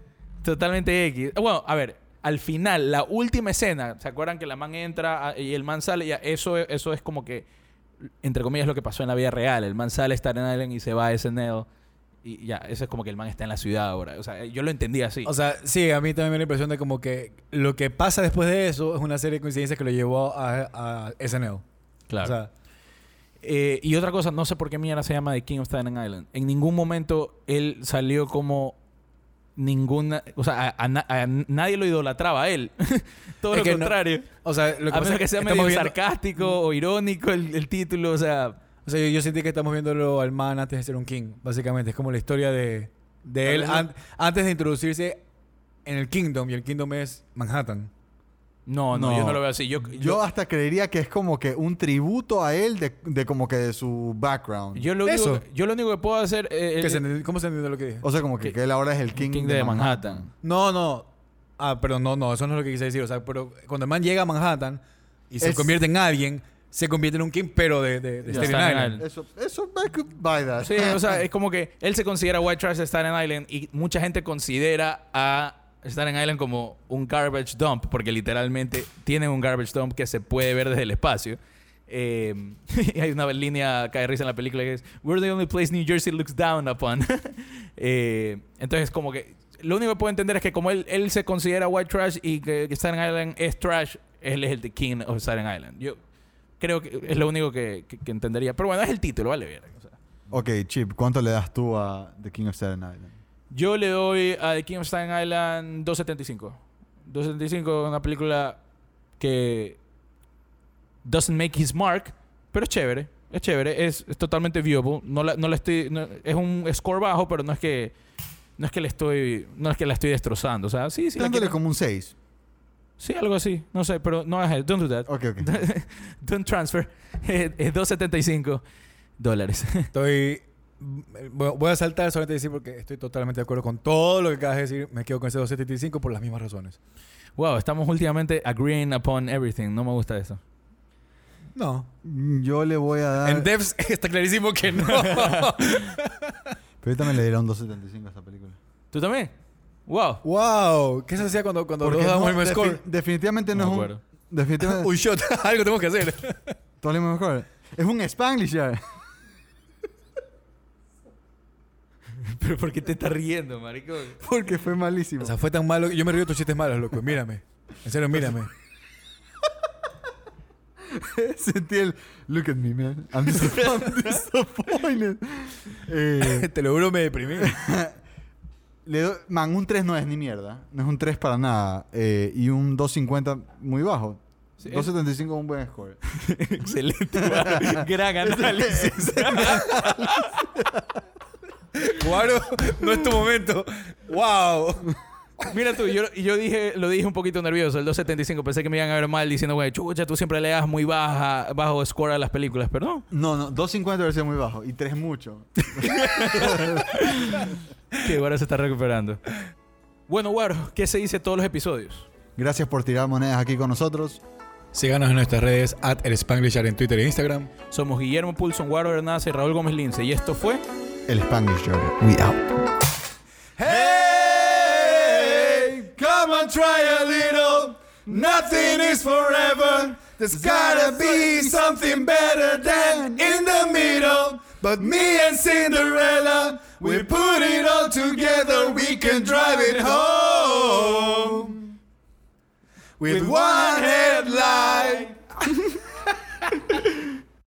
[SPEAKER 2] Totalmente X. Bueno, a ver, al final, la última escena, ¿se acuerdan que la man entra ah, y el man sale? Ya, eso, es- eso es como que, entre comillas, lo que pasó en la vida real. El man sale, está en Island y se va a ese neo. Y ya, eso es como que el man está en la ciudad ahora. O sea, yo lo entendí así.
[SPEAKER 3] O sea, sí, a mí también me da la impresión de como que lo que pasa después de eso es una serie de coincidencias que lo llevó a, a SNL.
[SPEAKER 2] claro.
[SPEAKER 3] O sea,
[SPEAKER 2] Eh, y otra cosa, no sé por qué mierda se llama The King of Staten Island. En ningún momento él salió como ninguna. O sea, a, a na- a nadie lo idolatraba a él. Todo
[SPEAKER 3] Es
[SPEAKER 2] lo
[SPEAKER 3] que no-
[SPEAKER 2] contrario.
[SPEAKER 3] o sea, lo que
[SPEAKER 2] a
[SPEAKER 3] pasa
[SPEAKER 2] menos
[SPEAKER 3] es
[SPEAKER 2] que sea
[SPEAKER 3] estamos
[SPEAKER 2] medio
[SPEAKER 3] viendo-
[SPEAKER 2] sarcástico o irónico el, el título. O sea,
[SPEAKER 3] O sea, yo, yo sentí que estamos viéndolo al man antes de ser un king, básicamente. Es como la historia de,
[SPEAKER 1] Tal
[SPEAKER 3] de él
[SPEAKER 1] vez
[SPEAKER 3] an- antes de introducirse en el Kingdom. Y el Kingdom es Manhattan.
[SPEAKER 2] no, no,
[SPEAKER 1] No.
[SPEAKER 2] yo no lo veo así. Yo,
[SPEAKER 1] Yo
[SPEAKER 2] yo,
[SPEAKER 1] hasta creería que es como que un tributo a él de, de como que de su background.
[SPEAKER 2] yo lo, único,
[SPEAKER 3] Eso.
[SPEAKER 2] yo lo único que puedo hacer. eh,
[SPEAKER 3] ¿Qué
[SPEAKER 2] eh,
[SPEAKER 3] se entendió- ¿Cómo se entendió lo que dije?
[SPEAKER 1] o sea, como que,
[SPEAKER 2] que-
[SPEAKER 1] que él ahora es el
[SPEAKER 2] King,
[SPEAKER 1] King,
[SPEAKER 2] de, Manhattan.
[SPEAKER 3] No, no. Ah, perdón, no, no. Eso no es lo que quise decir. O sea, pero cuando el man llega a Manhattan y se
[SPEAKER 1] Es-
[SPEAKER 3] convierte en alguien, se convierte en un king, pero de, de, de
[SPEAKER 2] Ya,
[SPEAKER 3] Staten
[SPEAKER 2] Staten
[SPEAKER 3] Island.
[SPEAKER 2] Island.
[SPEAKER 1] Eso, eso, I could buy that.
[SPEAKER 2] Sí, o sea, es como que él se considera White Trash de Staten Island y mucha gente considera a Staten Island como un garbage dump, porque literalmente tienen un garbage dump que se puede ver desde el espacio. Eh, y hay una línea que de risa en la película que es We're the only place New Jersey looks down upon. Eh, entonces, como que lo único que puedo entender es que como él, él se considera White Trash y que, que Staten Island es trash, él es el the king of Staten Island. Yo creo que es lo único que, que- que entendería. Pero bueno, es el título, vale verga. O sea.
[SPEAKER 1] Ok, Chip, ¿cuánto le das tú a The King of Staten Island?
[SPEAKER 2] Yo le doy a The King of Staten Island 2.75. 2.75 es una película que doesn't make his mark, pero es chévere. Es chévere, es, es totalmente viewable. No la, no la estoy, no- es un score bajo, pero no es que no es que le estoy no es que la estoy destrozando, o sea, sí, sí, la
[SPEAKER 1] Dándole
[SPEAKER 2] quiero-
[SPEAKER 1] como un 6.
[SPEAKER 2] sí, algo así, no sé, pero no hagas eso. don't do that.
[SPEAKER 1] Ok, ok.
[SPEAKER 2] don't transfer. Eh, eh, 2.75 dólares.
[SPEAKER 3] Estoy. mm, eh, Voy voy a saltar solamente decir porque estoy totalmente de acuerdo con todo lo que acabas de decir. Me quedo con ese 275 por las mismas razones.
[SPEAKER 2] wow, estamos últimamente agreeing upon everything. No me gusta eso.
[SPEAKER 3] No.
[SPEAKER 1] Yo le voy a dar.
[SPEAKER 3] En devs está clarísimo que no.
[SPEAKER 1] Pero yo también le diré un 2.75 a esta película.
[SPEAKER 2] ¿Tú también? Wow.
[SPEAKER 3] wow. ¿Qué se hacía cuando, cuando
[SPEAKER 1] Porque
[SPEAKER 3] dos damos
[SPEAKER 1] no, Ah.
[SPEAKER 3] el mismo
[SPEAKER 1] defi-
[SPEAKER 3] score?
[SPEAKER 1] Definitivamente no,
[SPEAKER 2] No me
[SPEAKER 1] es un.
[SPEAKER 2] acuerdo.
[SPEAKER 1] Definitivamente.
[SPEAKER 3] Un shot. Algo tenemos que hacer.
[SPEAKER 1] todo el mismo score. Es un Spanglish ya.
[SPEAKER 2] Pero ¿por qué te estás riendo, maricón?
[SPEAKER 1] Porque fue malísimo.
[SPEAKER 3] O sea, fue tan malo. que Yo me río de tus chistes malos, loco. Mírame. En serio, mírame.
[SPEAKER 1] Sentí el. Look at me, man. I'm, dis- I'm disappointed. Eh,
[SPEAKER 3] Te lo juro, me deprimí.
[SPEAKER 1] le doy- man, un 3 no es ni mierda. No es un 3 para nada. Eh, y un 2.50 muy bajo.
[SPEAKER 2] Sí.
[SPEAKER 1] 2.75 es un buen score.
[SPEAKER 2] Excelente. Gran análisis.
[SPEAKER 3] Cuaro, no es tu momento. ¡Wow!
[SPEAKER 2] Mira tú, yo, yo dije, lo dije un poquito nervioso, el 275. Pensé que me iban a ver mal diciendo, güey, chucha, tú siempre le das muy baja, bajo score a las películas, pero no.
[SPEAKER 1] No, no, 2.50 debe ser muy bajo. Y 3 mucho.
[SPEAKER 2] Que ahora se está recuperando. Bueno, Guaro, ¿qué se dice en todos los episodios?
[SPEAKER 1] Gracias por tirar monedas aquí con nosotros.
[SPEAKER 3] Síganos en nuestras redes, at el Spanglishar en Twitter e Instagram.
[SPEAKER 2] Somos Guillermo Pulson, Guaro Hernández y Raúl Gómez Lince. Y esto fue...
[SPEAKER 1] El Spanglish Journal. We out.
[SPEAKER 3] Hey, come and try a little. Nothing is forever. There's gotta be something better than in the middle. But me and Cinderella, we put it all together. We can drive it home with one headlight.